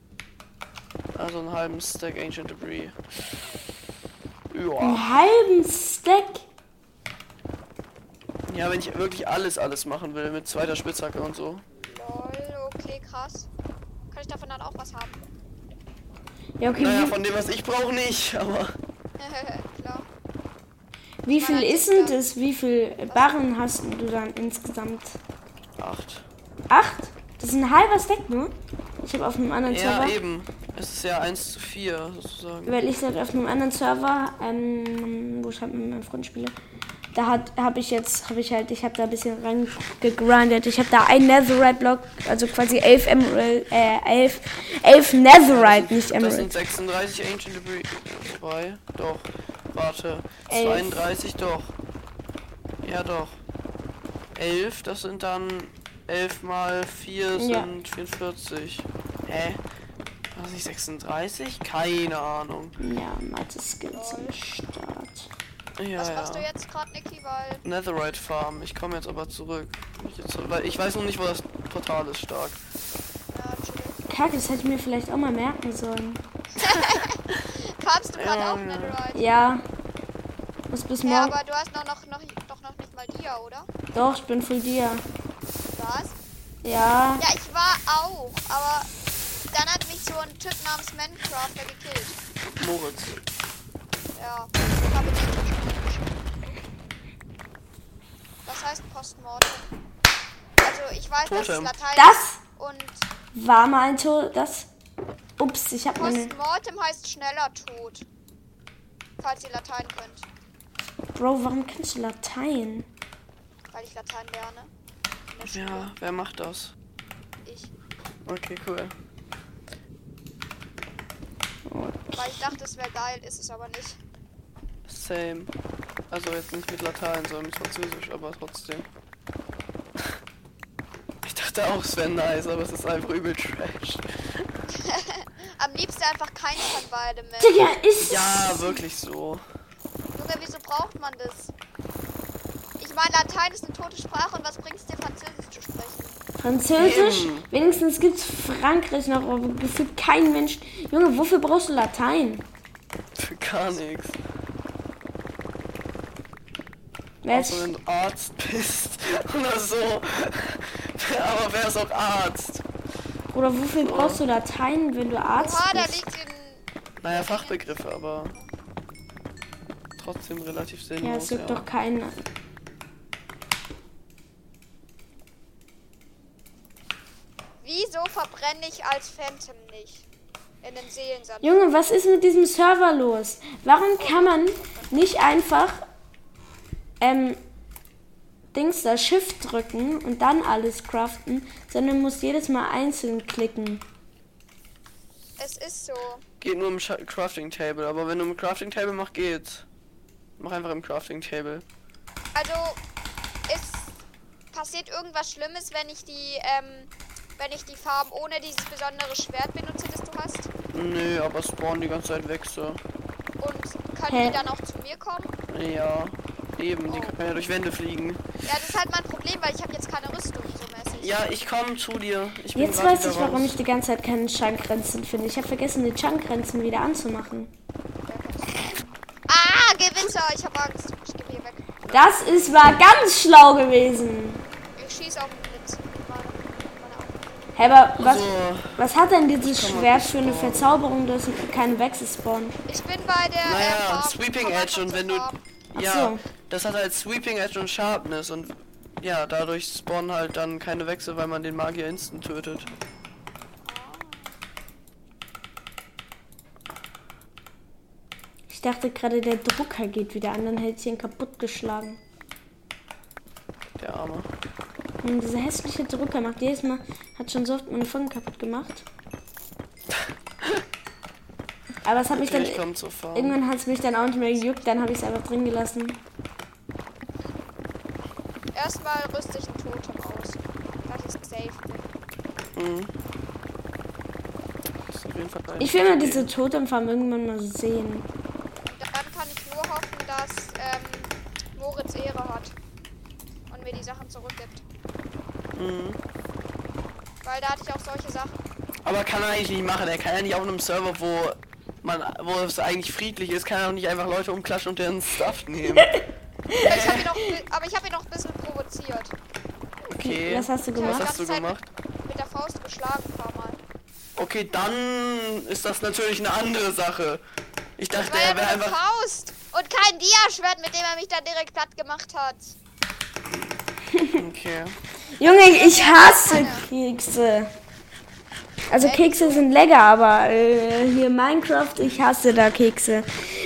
S2: Also einen halben Stack Ancient Debris. Ja.
S1: Einen halben Stack.
S2: Ja, wenn ich wirklich alles, alles machen will, mit zweiter Spitzhacke und so.
S5: Lol, okay, krass. Kann ich davon dann auch was haben?
S1: Ja, okay,
S2: Naja,
S1: wie,
S2: von dem, was ich brauche, nicht, aber.
S5: Klar.
S1: wie viel
S5: meiner
S1: ist denn
S5: Sister.
S1: das? Wie viel Barren hast du dann insgesamt?
S2: Acht.
S1: Acht? Das ist ein halber Stack nur? Ich habe auf einem anderen
S2: Ja,
S1: Server.
S2: eben. Es ist ja 1 zu 4, sozusagen.
S1: Weil ich halt auf einem anderen Server, ähm, wo ich halt mit meinem Freund spiele, da hat habe ich jetzt, habe ich halt, ich habe da ein bisschen reingegrindet. Ich habe da ein Netherite-Block, also quasi elf Emerald, äh, elf, elf Netherite, nicht
S2: Das sind
S1: Emerald.
S2: 36 Ancient Debris. 2, doch. Warte.
S1: Elf.
S2: 32, doch. Ja, doch. 11, das sind dann 11 mal 4 sind
S1: Ja.
S2: 44. Hä? War das nicht 36? Keine Ahnung.
S1: Ja, Mathe Skills am Start.
S2: Ja,
S5: Was
S2: Ah, ja.
S5: machst du jetzt gerade, Niki? Weil
S2: Netherite Farm. Ich komme jetzt aber zurück. Ich, jetzt, weil ich weiß noch nicht, wo das Portal ist stark.
S5: Ja, chill.
S1: Kacke, das hätte ich mir vielleicht auch mal merken sollen.
S5: Farmst du gerade
S2: Ja,
S5: auch
S2: ja.
S5: Netherite?
S1: Ja. Muss bis
S5: Ja,
S1: morgen.
S5: aber du hast noch, noch, noch, doch noch nicht mal Dia, oder?
S1: Doch, ich bin voll dir.
S5: Was?
S1: Ja.
S5: Ja, ich war auch, aber dann hat mich so ein Typ namens Mancrafter gekillt.
S2: Moritz.
S5: Ja, ich habe den schon geschickt. Das heißt Postmortem. Also, ich weiß, dass es
S2: Totem.
S5: Latein
S1: Das
S5: und
S1: war mal ein Tor. Das. Ups, ich habe meine.
S5: Postmortem heißt schneller Tod. Falls ihr Latein könnt,
S1: Bro, warum kannst du Latein?
S5: weil ich Latein lerne. In der Schule.
S2: Ja, wer macht das?
S5: Ich,
S2: Okay, cool.
S5: weil ich dachte, es wäre geil, ist es aber nicht.
S2: Same. Also jetzt nicht mit Latein, sondern mit Französisch, aber trotzdem. Ich dachte auch, es wäre nice, aber es ist einfach übel trash.
S5: Am liebsten einfach keins von beidem mehr.
S1: Digga, ist.
S2: Ja, wirklich so.
S5: Junge, wieso braucht man das? Ich meine, Latein ist eine tote Sprache und was bringt es dir, Französisch zu sprechen?
S1: Französisch?
S2: Eben.
S1: Wenigstens gibt's Frankreich noch, aber gefühlt kein Mensch. Junge, wofür brauchst du Latein?
S2: Für gar nichts.
S1: Wer
S2: Außer wenn du Arzt bist oder so. Aber wer ist auch Arzt?
S1: oder wofür brauchst du Latein, wenn du Arzt
S5: Oha, da
S1: bist?
S5: liegt in
S2: Naja, Fachbegriffe, aber trotzdem relativ
S1: Ja,
S2: sinnlos.
S1: es juckt doch keinen. an.
S5: Wieso verbrenne ich als Phantom nicht? In den Seelensand.
S1: Junge, was ist mit diesem Server los? Warum kann man nicht einfach ähm, Dings da Shift drücken und dann alles craften, sondern muss jedes Mal einzeln klicken?
S5: Es ist so.
S2: Geht nur im Scha- Crafting Table, aber wenn du im Crafting Table machst, geht's. Mach einfach im Crafting Table.
S5: Also, es passiert irgendwas Schlimmes, wenn ich die, ähm, wenn ich die Farben ohne dieses besondere Schwert benutze, das du hast.
S2: Nö, aber spawnen die ganze Zeit weg, so.
S5: Und können
S1: Hä?
S5: die dann auch zu mir kommen?
S2: Ja, eben, die
S5: Oh.
S2: können ja durch Wände fliegen.
S5: Ja, das ist halt mein Problem, weil ich habe jetzt keine Rüstung so mäßig.
S2: Ja, ich komme zu dir. Ich bin
S1: Jetzt
S2: grad
S1: weiß
S2: wieder
S1: ich, warum
S2: raus.
S1: ich die ganze Zeit keine Chunk-Grenzen finde. Ich habe vergessen, die Chunk-Grenzen wieder anzumachen.
S5: Ah, Gewitter! Ich habe Angst. Ich geh hier weg.
S1: Das ist war ganz schlau gewesen.
S5: Ich schieße auf den Blitz. mit meiner- mit meiner Axt.
S1: Hä, aber was,
S2: So.
S1: was hat denn dieses Schwert für eine Verzauberung, dass keine Wechsel spawnen?
S5: Ich bin bei der.
S2: Naja,
S5: ähm, Farm-
S2: Sweeping Edge und wenn du.
S5: Farm-
S1: Ach
S2: ja,
S1: so.
S2: das hat halt Sweeping Edge und Sharpness und ja, dadurch spawnen halt dann keine Wechsel, weil man den Magier instant tötet.
S1: Ich dachte gerade, der Drucker geht wieder an, dann hätte ich ihn kaputtgeschlagen.
S2: Der Arme.
S1: Und dieser Hm, hässliche Drucker macht jedes Mal, hat schon so oft meine Folgen kaputt gemacht. Aber es hat mich dann,
S2: Ich komm zur Farm.
S1: irgendwann hat es mich dann auch nicht mehr gejuckt, dann habe ich es einfach drin gelassen.
S5: Erstmal rüste ich einen Totem aus. Das ist safe.
S2: Mhm. Das ist auf jeden Fall eine
S1: Ich will mal
S2: Idee.
S1: diese Totemfarm irgendwann mal sehen.
S5: Dann kann ich nur hoffen, dass ähm, Moritz Ehre hat und mir die Sachen zurückgibt.
S2: Mhm.
S5: Weil da hatte ich auch solche Sachen.
S2: Aber kann er eigentlich nicht machen. Er kann ja nicht auf einem Server, wo man, wo es eigentlich friedlich ist, kann er auch nicht einfach Leute umklatschen und deren Stuff nehmen.
S5: Aber ich habe ihn, noch bi- aber ich hab ihn noch ein bisschen provoziert.
S2: Okay.
S1: Was hast du
S5: Ich habe
S1: gemacht?
S5: die
S2: hast
S5: ganze
S2: du
S5: Zeit
S2: gemacht?
S5: mit der Faust geschlagen ein paar Mal.
S2: Okay, dann ist das natürlich eine andere Sache. Ich
S5: Das
S2: dachte,
S5: war ja
S2: er
S5: nur
S2: wäre
S5: eine
S2: einfach.
S5: Faust und kein Diaschwert, mit dem er mich dann direkt platt gemacht hat.
S2: Okay.
S1: Junge, ich hasse Kekse. Also Kekse sind lecker, aber äh, hier Minecraft, ich hasse da Kekse.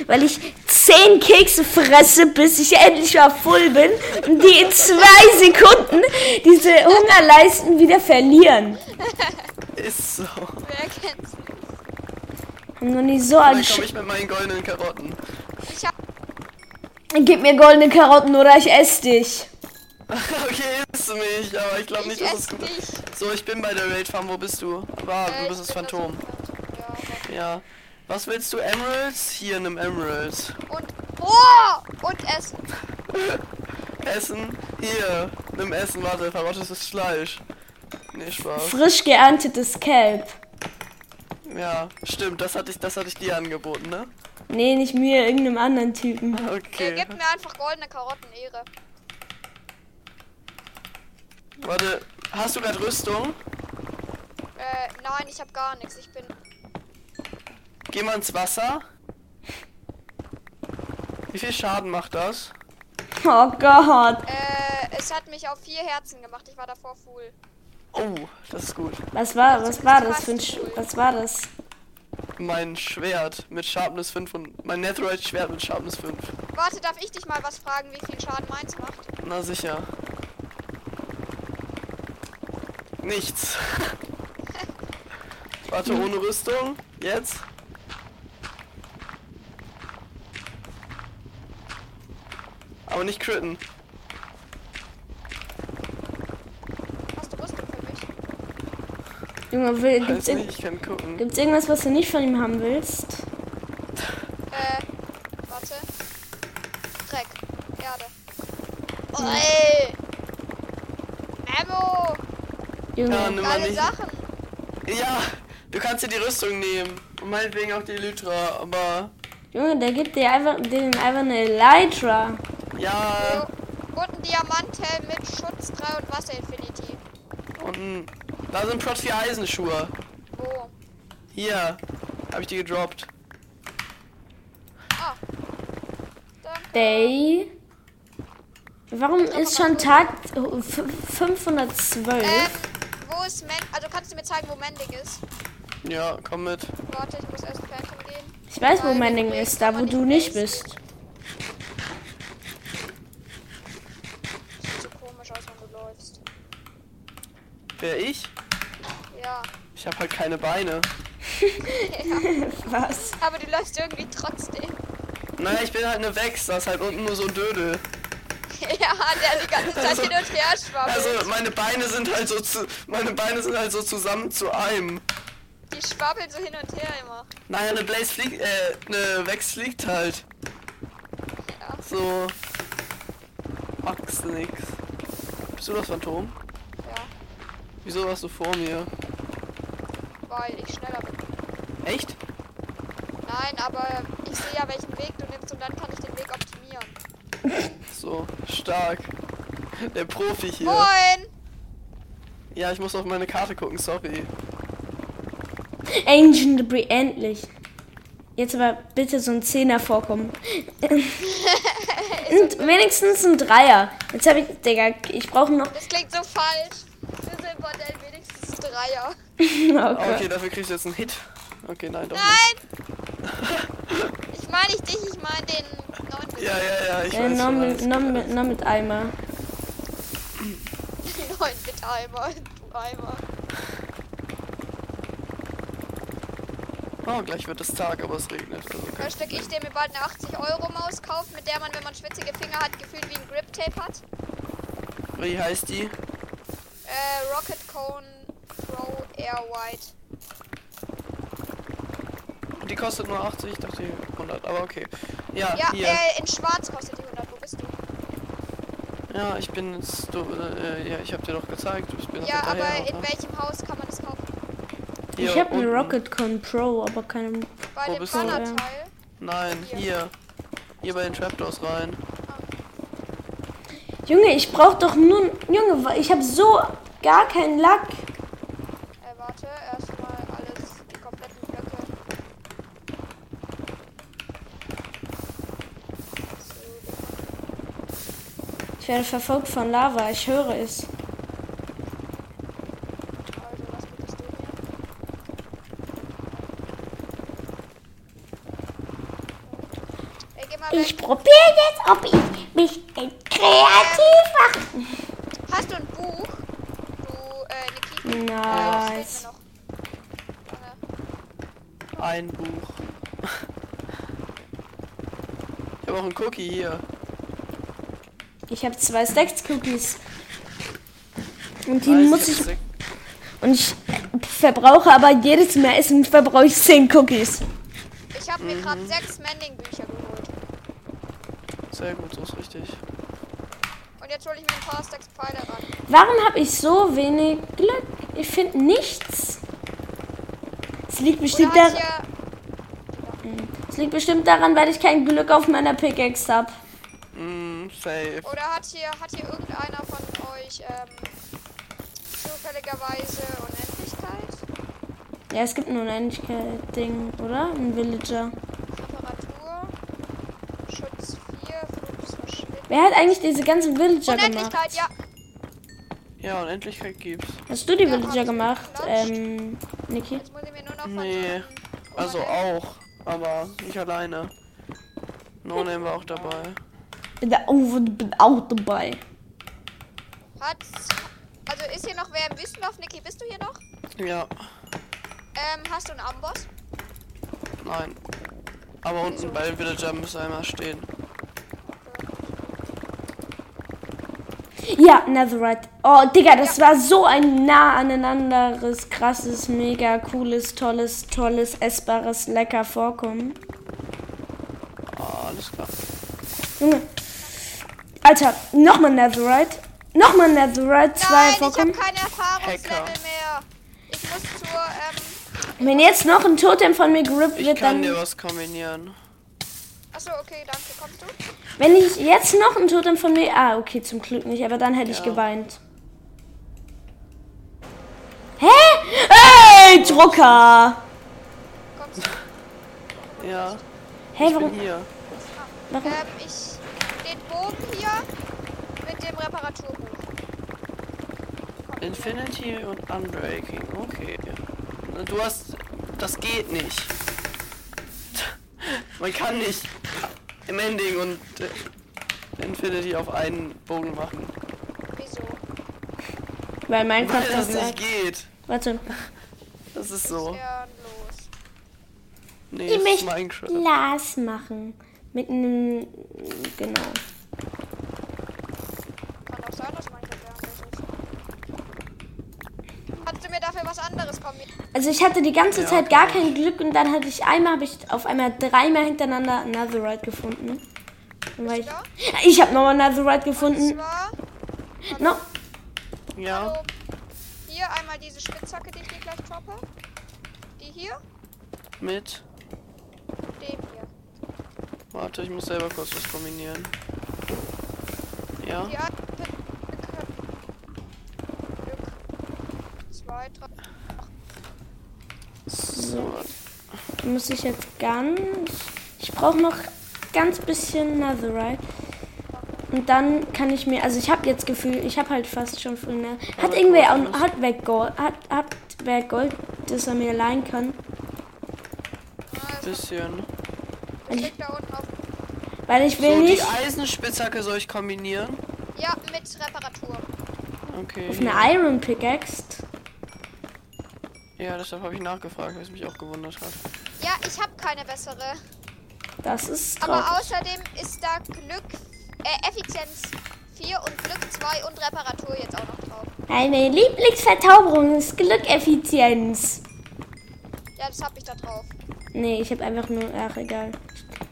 S1: Weil ich zehn Kekse fresse, bis ich endlich mal voll bin und die in zwei Sekunden diese Hungerleisten wieder verlieren.
S2: Ist so. Dann
S5: Wer kennt's nicht?
S1: Haben noch nie so einen
S2: komme
S1: Sch
S2: ich mit meinen goldenen Karotten.
S5: Ich hab,
S1: Gib mir goldene Karotten oder ich esse dich.
S2: okay, isst du mich, aber ich glaube
S5: ich
S2: nicht, dass es
S5: esse
S2: gut
S5: dich.
S2: ist. So, ich bin bei der Raid Farm. Wo bist du? War,
S5: Äh,
S2: du
S5: ich
S2: bist das
S5: bin
S2: Phantom.
S5: Ja, aber-
S2: Ja. Was willst du, Emeralds? Hier in einem Emerald.
S5: und boah! Und Essen.
S2: Essen? Hier. Nimm Essen, warte, verrottetes Fleisch. Nee, Spaß.
S1: Frisch geerntetes Kelp.
S2: Ja, stimmt, das hatte ich, das hatte ich dir angeboten, ne?
S1: Nee, nicht mir, irgendeinem anderen Typen.
S5: Äh,
S2: Okay.
S5: gib mir einfach goldene Karotten, Ehre.
S2: Warte, hast du gerade Rüstung?
S5: Äh, nein, ich hab gar nichts. Ich bin.
S2: Geh mal ins Wasser. Wie viel Schaden macht das?
S1: Oh Gott.
S5: Äh, es hat mich auf vier Herzen gemacht. Ich war davor full.
S2: Oh, das ist gut.
S1: Was war, was war das für ein Sch Was war das?
S2: Mein Schwert mit Sharpness 5 und. Mein Netherite Schwert mit Sharpness 5.
S5: Warte, darf ich dich mal was fragen, wie viel Schaden meins macht?
S2: Na sicher. Nichts. Warte, ohne Rüstung. Jetzt. Aber nicht critten.
S5: Hast du Rüstung für mich?
S1: Junge, will, gibt's,
S2: Weiß
S1: irg
S2: nicht, ich kann gucken.
S1: gibt's irgendwas, was du nicht von ihm haben willst?
S5: Äh, warte. Dreck. Erde. Oh,
S2: Hm.
S5: ey! Ammo!
S1: Junge,
S2: Ja, nimm mal
S5: Geile
S2: nicht.
S5: Sachen!
S2: Ja, du kannst dir die Rüstung nehmen. Und meinetwegen auch die Elytra, aber.
S1: Junge, der gibt dir einfach, denen einfach eine Elytra.
S2: Ja.
S5: Und ein Diamanthelm mit Schutz 3 und Wasser Infinity.
S2: Und. Da sind Prot 4 Eisenschuhe.
S5: Wo?
S2: Hier. Hab ich die gedroppt.
S5: Ah. Danke.
S1: Day. Warum ist schon Tag f- 512?
S5: Ähm, wo ist Mend? Also kannst du mir zeigen, wo Mending ist?
S2: Ja, komm mit.
S5: Warte, ich muss erst Phantom gehen.
S1: Ich weiß, wo
S5: nein,
S1: mein Ding
S5: deswegen
S1: ist, da
S5: kann
S1: wo
S5: man
S1: du
S5: nicht
S1: nicht bist.
S5: Sieht so komisch aus, wenn du läufst.
S2: Wer ich?
S5: Ja.
S2: Ich hab halt keine Beine.
S1: Was?
S5: Aber du läufst irgendwie trotzdem.
S2: Naja, ich bin halt eine Wex, da ist halt unten nur so ein Dödel.
S5: ja, der die ganze Zeit
S2: Also-
S5: hin und her schwabbelt.
S2: Also meine Beine sind halt so zu, meine Beine sind halt so zusammen zu einem.
S5: die schwabbeln so hin und her immer.
S2: Naja, eine Blaze fliegt, äh, eine Wex fliegt halt.
S5: Ja.
S2: So. Max nix. Bist du das Phantom?
S5: Ja,
S2: Wieso warst du vor mir?
S5: weil ich schneller bin.
S2: Echt?
S5: Nein, aber ich sehe ja, welchen Weg du nimmst und dann kann ich den Weg optimieren.
S2: So, stark. Der Profi hier.
S5: Moin!
S2: Ja, ich muss auf meine Karte gucken, sorry.
S1: Ancient Debris, endlich. Jetzt aber bitte so ein Zehner vorkommen. Und wenigstens ein Dreier. Jetzt habe ich, Digga, ich brauche noch.
S5: Das klingt so falsch. Wir sind Bordell wenigstens ein Dreier.
S1: Oh
S2: Ah, okay,
S1: Gott.
S2: dafür kriegst du jetzt einen Hit. Okay, nein, doch nicht.
S5: Nein! Ich meine nicht dich, ich meine den neuen Bildschirm.
S2: Ja, ja, ja, ich
S1: Äh,
S2: weiß
S1: nur,
S2: schon.
S1: mit,
S2: alles.
S1: nur, mit, nur mit Eimer.
S5: Den neuen Betreiber. Du Eimer.
S2: Oh, gleich wird es Tag, aber es regnet. Also kein
S5: Dann stecke ich dir mir bald eine 80-Euro-Maus kauft, mit der man, wenn man schwitzige Finger hat, gefühlt wie ein Grip-Tape hat.
S2: Wie heißt die?
S5: Äh, Rocket Cone Pro Air White.
S2: Die kostet nur 80, ich dachte die 100, aber okay. Ja,
S5: Ja,
S2: hier.
S5: äh, in schwarz kostet die 100. Wo bist du?
S2: Ja, ich bin jetzt, du, äh, ja, ich hab dir doch gezeigt, du bist bin
S5: Ja,
S2: noch
S5: aber
S2: hinterher,
S5: in
S2: oder?
S5: welchem Haus kann man das kaufen?
S2: Hier
S1: ich habe eine
S2: unten.
S1: RocketCon Pro, aber keine.
S5: Bei
S2: Wo
S5: dem
S2: bist du?
S5: Bannerteil.
S2: Nein,
S5: Hier.
S2: hier. Hier bei den Trapdoors rein.
S1: Junge, ich brauche doch nur. Junge, wa- ich habe so gar keinen Lack.
S5: Äh, warte, erstmal alles, die kompletten Blöcke. So,
S1: Ich werde verfolgt von Lava, ich höre es.
S5: also was bittest du mir? Ey, geh mal
S1: Ich
S5: weg.
S1: probiere jetzt, ob ich mich äh, kreativ mache.
S5: Hast du ein Buch? Du, äh, Niki? Ja, das
S1: Nice.
S5: fehlt mir noch. Lange.
S2: Ein Buch. ich habe auch einen Cookie hier.
S1: Ich habe zwei Stacks Cookies. Und die
S2: Weiß
S1: muss ich.
S2: jetzt nicht.
S1: Und ich verbrauche aber jedes Mal Essen verbrauche ich 10 Cookies.
S5: Ich habe mir gerade sechs Mending-Bücher geholt.
S2: Sehr gut, so ist richtig.
S5: Und jetzt hole ich mir ein paar Stacks Pfeile ran.
S1: Warum habe ich so wenig Glück? Ich finde nichts. Es liegt,
S5: Oder
S1: bestimmt
S5: hat
S1: daran,
S5: hier...
S1: es liegt bestimmt daran, weil ich kein Glück auf meiner Pickaxe habe.
S2: Mm, safe.
S5: Oder hat hier, hat hier irgendeiner von euch ähm, zufälligerweise Unendlichkeit?
S1: Ja, es gibt nur ein Endlichkeit-Ding, oder? Ein Villager.
S5: Temperatur? Schutz 4, Flugsverschwindung.
S1: Wer hat eigentlich diese ganzen Villager gemacht?
S5: Unendlichkeit, ja.
S2: Ja, Unendlichkeit gibt's.
S1: Hast du die
S5: Ja, hab
S1: Villager
S5: ich
S1: gemacht,
S5: geklatscht.
S1: ähm, Niki?
S5: Jetzt muss ich mir nur noch von
S2: Nee.
S5: so einem
S2: Also
S5: Oberlevel-
S2: auch, aber nicht alleine. No Name war auch dabei.
S1: Bin da auch, bin auch dabei.
S5: Hat's, also ist hier noch wer im Wüstenlauf? Niki, bist du hier noch?
S2: Ja,
S5: Ähm, hast du einen Amboss?
S2: nein. Aber unten
S5: Wieso?
S2: bei den Villager müsste einmal stehen.
S1: Ja, Netherite. Oh, Digga, das war so ein nah aneinanderes, krasses, mega cooles, tolles, tolles, essbares, lecker Vorkommen.
S2: Ah, alles klar.
S1: Junge. Alter, nochmal Netherite. Nochmal Netherite, zwei
S5: Nein, ich habe
S1: Vorkommen.
S5: keine Erfahrungslevel
S2: Hacker.
S5: mehr. Ich muss zur, ähm,
S1: Wenn jetzt noch ein Totem von mir gerippt
S2: Ich
S1: wird, dann.
S2: kann dir was kombinieren.
S5: achso, okay, danke, kommst du?
S1: Wenn ich jetzt noch ein Totem von mir. Ah, okay, zum Glück nicht, aber dann hätte ich
S2: Ja.
S1: geweint. Hä? Ey, Drucker!
S5: Kommst du?
S2: Ja,
S1: Hä,
S2: ich
S1: warum.
S2: bin hier.
S1: warum
S5: Ähm, ich den Bogen hier mit dem Reparaturbuch.
S2: Infinity und Unbreaking, okay. Du hast. Das geht nicht. Man kann nicht im Ending und äh, Infinity auf einen Bogen machen.
S5: Wieso?
S1: weil
S2: Weil
S1: Minecraft
S2: das
S1: das
S2: nicht
S1: sagt.
S2: geht.
S1: Warte.
S2: Das ist
S5: So.
S2: so.
S5: Ehrenlos.
S2: Nee,
S1: Ich
S2: das ist
S1: möchte
S2: Minecraft.
S1: Glas machen. Mit einem. Genau.
S5: Kann doch sein, dass manche ehrenlos ist. Kannst du mir dafür was anderes kombinieren?
S1: Also ich hatte die ganze
S2: Ja, genau.
S1: Zeit gar kein Glück und dann hatte ich einmal, habe ich auf einmal dreimal hintereinander Netherite gefunden. Dann war
S5: Bist du
S1: ich
S5: da?
S1: ich habe nochmal Netherite gefunden.
S5: Zwar,
S1: No.
S2: Ja,
S5: hallo. Hier einmal diese Spitzhacke, die ich dir gleich droppe. Die hier,
S2: mit.
S5: dem hier.
S2: Warte, ich muss selber kurz was kombinieren. Ja.
S5: Die hat Glück. Glück. Zwei, drei.
S1: So. Dann muss ich jetzt ganz. Ich brauche noch ganz bisschen Netherite. Und dann kann ich mir, also ich habe jetzt Gefühl, ich habe halt fast schon viel mehr. Hat irgendwer auch, hat wer Gold, hat, hat wer Gold, das er mir leihen kann?
S5: Ah, es
S2: Bisschen.
S5: liegt da unten auf.
S1: Weil ich will
S2: So, die
S1: nicht
S2: Eisenspitzhacke soll ich kombinieren.
S5: Ja, mit Reparatur.
S2: Okay.
S1: auf eine Iron Pickaxe.
S2: Ja, deshalb habe ich nachgefragt, weil es mich auch gewundert hat.
S5: Ja, ich habe keine bessere.
S1: Das ist
S5: Aber
S1: traurig.
S5: außerdem ist da Glück, äh, Effizienz 4 und Glück 2 und Reparatur jetzt auch noch drauf.
S1: Meine Lieblingsverzauberung ist Glückeffizienz.
S5: Ja, das habe ich da drauf.
S1: Nee, ich habe einfach nur, ach egal.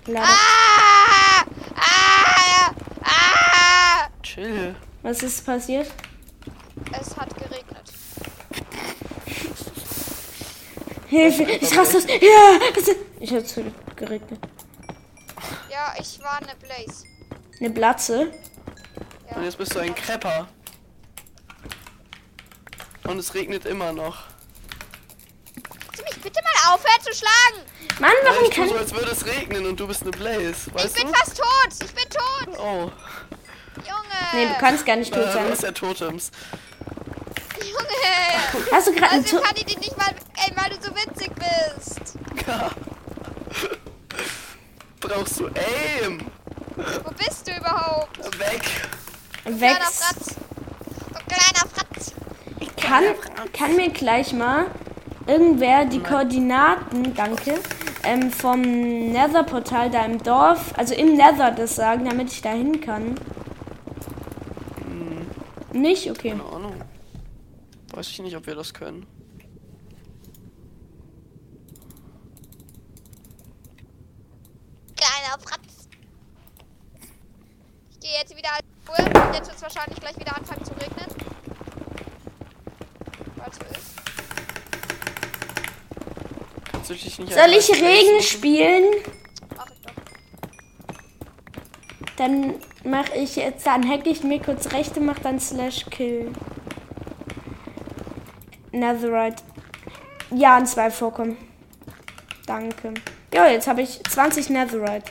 S1: Leider.
S5: Ah! Ah! Ah!
S2: Chill.
S1: Was ist passiert?
S5: Es hat geregnet.
S1: Hilfe, ich raste aus. Ja, es ist- ich hab's geregnet.
S5: Ja, ich war eine Blaze.
S1: Eine Platze.
S5: Ja.
S2: Und jetzt bist du ein Krepper. Und es regnet immer noch.
S5: Kannst du mich bitte mal aufhören zu schlagen?
S1: Mann, warum
S2: ich
S1: kann
S2: tu so,
S1: ich.
S2: als würde es regnen und du bist eine Blaze.
S5: Ich
S2: Weißt
S5: bin
S2: du?
S5: fast tot. Ich bin tot.
S2: Oh,
S5: Junge.
S1: Nee, du kannst gar nicht tot
S2: äh,
S1: sein.
S2: ist der Totems.
S5: Junge.
S1: Hast du gerade einen
S5: Also
S1: to
S5: kann ich dich nicht mal ey, weil du so witzig bist.
S2: Brauchst du Aim?
S5: Wo bist du überhaupt?
S2: Weg.
S5: Kleiner
S1: Wächst.
S5: Fratz. Du kleiner Fratz.
S1: Kann, kann mir gleich mal irgendwer die Koordinaten, danke, ähm, vom Nether-Portal da im Dorf, also im Nether das sagen, damit ich da hin kann?
S2: Hm.
S1: Nicht? Okay.
S2: Keine Ahnung. Weiß ich nicht, ob wir das können.
S5: Kleiner Fratz. Ich gehe jetzt wieder als Bull. Jetzt wird es wahrscheinlich gleich wieder anfangen zu regnen. Weil so ist.
S2: Kannst du dich nicht
S1: Soll ich
S2: einfach
S1: Regen
S2: blazen?
S1: spielen?
S5: Mach ich doch.
S1: Dann mache ich jetzt, dann hacke ich mir kurz rechte, mach dann slash kill. Netherite. Ja, in zwei vorkommen. Danke. Ja, jetzt habe ich 20 Netherite.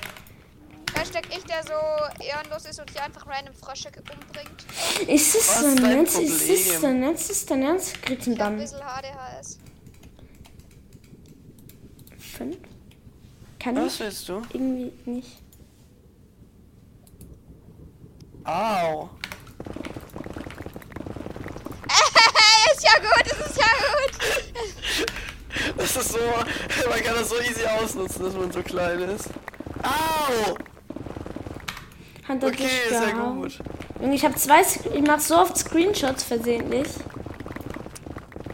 S5: Hashtag ich, der so ehrenlos ist und hier einfach random Frösche umbringt.
S1: Ist es
S2: Was
S1: dein
S2: ist dein
S1: Ernst? Ist es
S2: Problem?
S1: dein Ernst? Ist es dein Ernst? Ich Kriegst du einen
S5: Ich hab ein
S1: Bann?
S5: bisschen HDHS.
S1: Fünf? Kann
S2: Was
S1: ich
S2: willst du?
S1: irgendwie nicht.
S2: Au.
S5: ist ja gut, das ist ja gut.
S2: Das ist so. Man kann das so easy ausnutzen, dass man so klein ist. Au!
S1: Hand hat
S2: Okay,
S1: mich
S2: ist ja
S1: gehauen.
S2: gut.
S1: Junge, ich habe zwei. Sc- Ich mache so oft Screenshots versehentlich.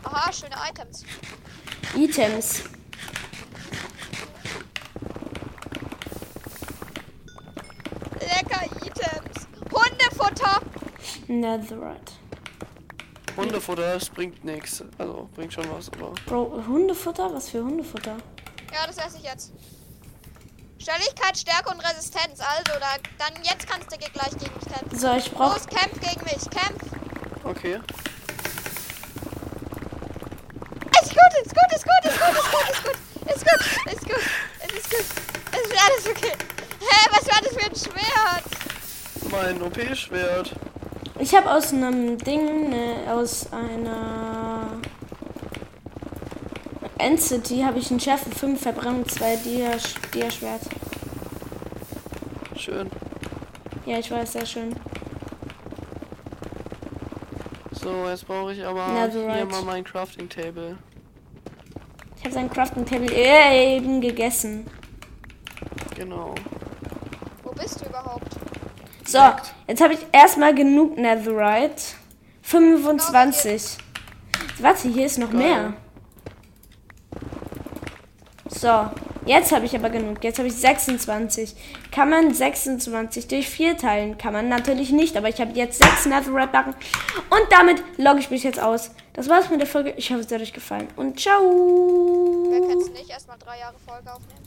S5: Aha, Ah, schöne Items.
S1: Items.
S5: Lecker Items. Hundefutter.
S1: Netherite.
S2: Hundefutter, das bringt nichts. Also, bringt schon was, aber.
S1: Bro, Hundefutter? Was für Hundefutter?
S5: Ja, das esse ich jetzt. Schnelligkeit, Stärke und Resistenz. Also, da, dann jetzt kannst du ge- gleich gegen mich kämpfen.
S1: So, ich brauche.
S5: Los, kämpf gegen mich. Kämpf.
S2: Okay.
S5: Ist gut, ist gut, ist gut, ist gut, ist gut, ist gut. Ist gut, ist gut. Es ist gut. Es ist alles okay. Hä, was war das für ein Schwert?
S2: Mein OP-Schwert.
S1: Ich habe aus einem Ding, ne, aus einer Entity, habe ich einen Schärfe 5 Verbrennung 2 Dia- Dia-Schwert.
S2: Schön.
S1: Ja, ich weiß, sehr schön.
S2: So, jetzt brauche ich aber
S1: Netherite.
S2: hier mal mein Crafting Table.
S1: Ich habe sein Crafting Table eben gegessen.
S2: Genau.
S5: Wo bist du überhaupt?
S1: So, jetzt habe ich erstmal genug Netherite. 25. Warte, hier ist noch
S2: Geil.
S1: mehr. So, jetzt habe ich aber genug. Jetzt habe ich 26. Kann man 26 durch 4 teilen? Kann man natürlich nicht, aber ich habe jetzt 6 Netherite Barren. Und damit logge ich mich jetzt aus. Das war's mit der Folge. Ich hoffe, es hat euch gefallen. Und ciao.
S5: Wer kennt's nicht? Erstmal drei Jahre Folge aufnehmen.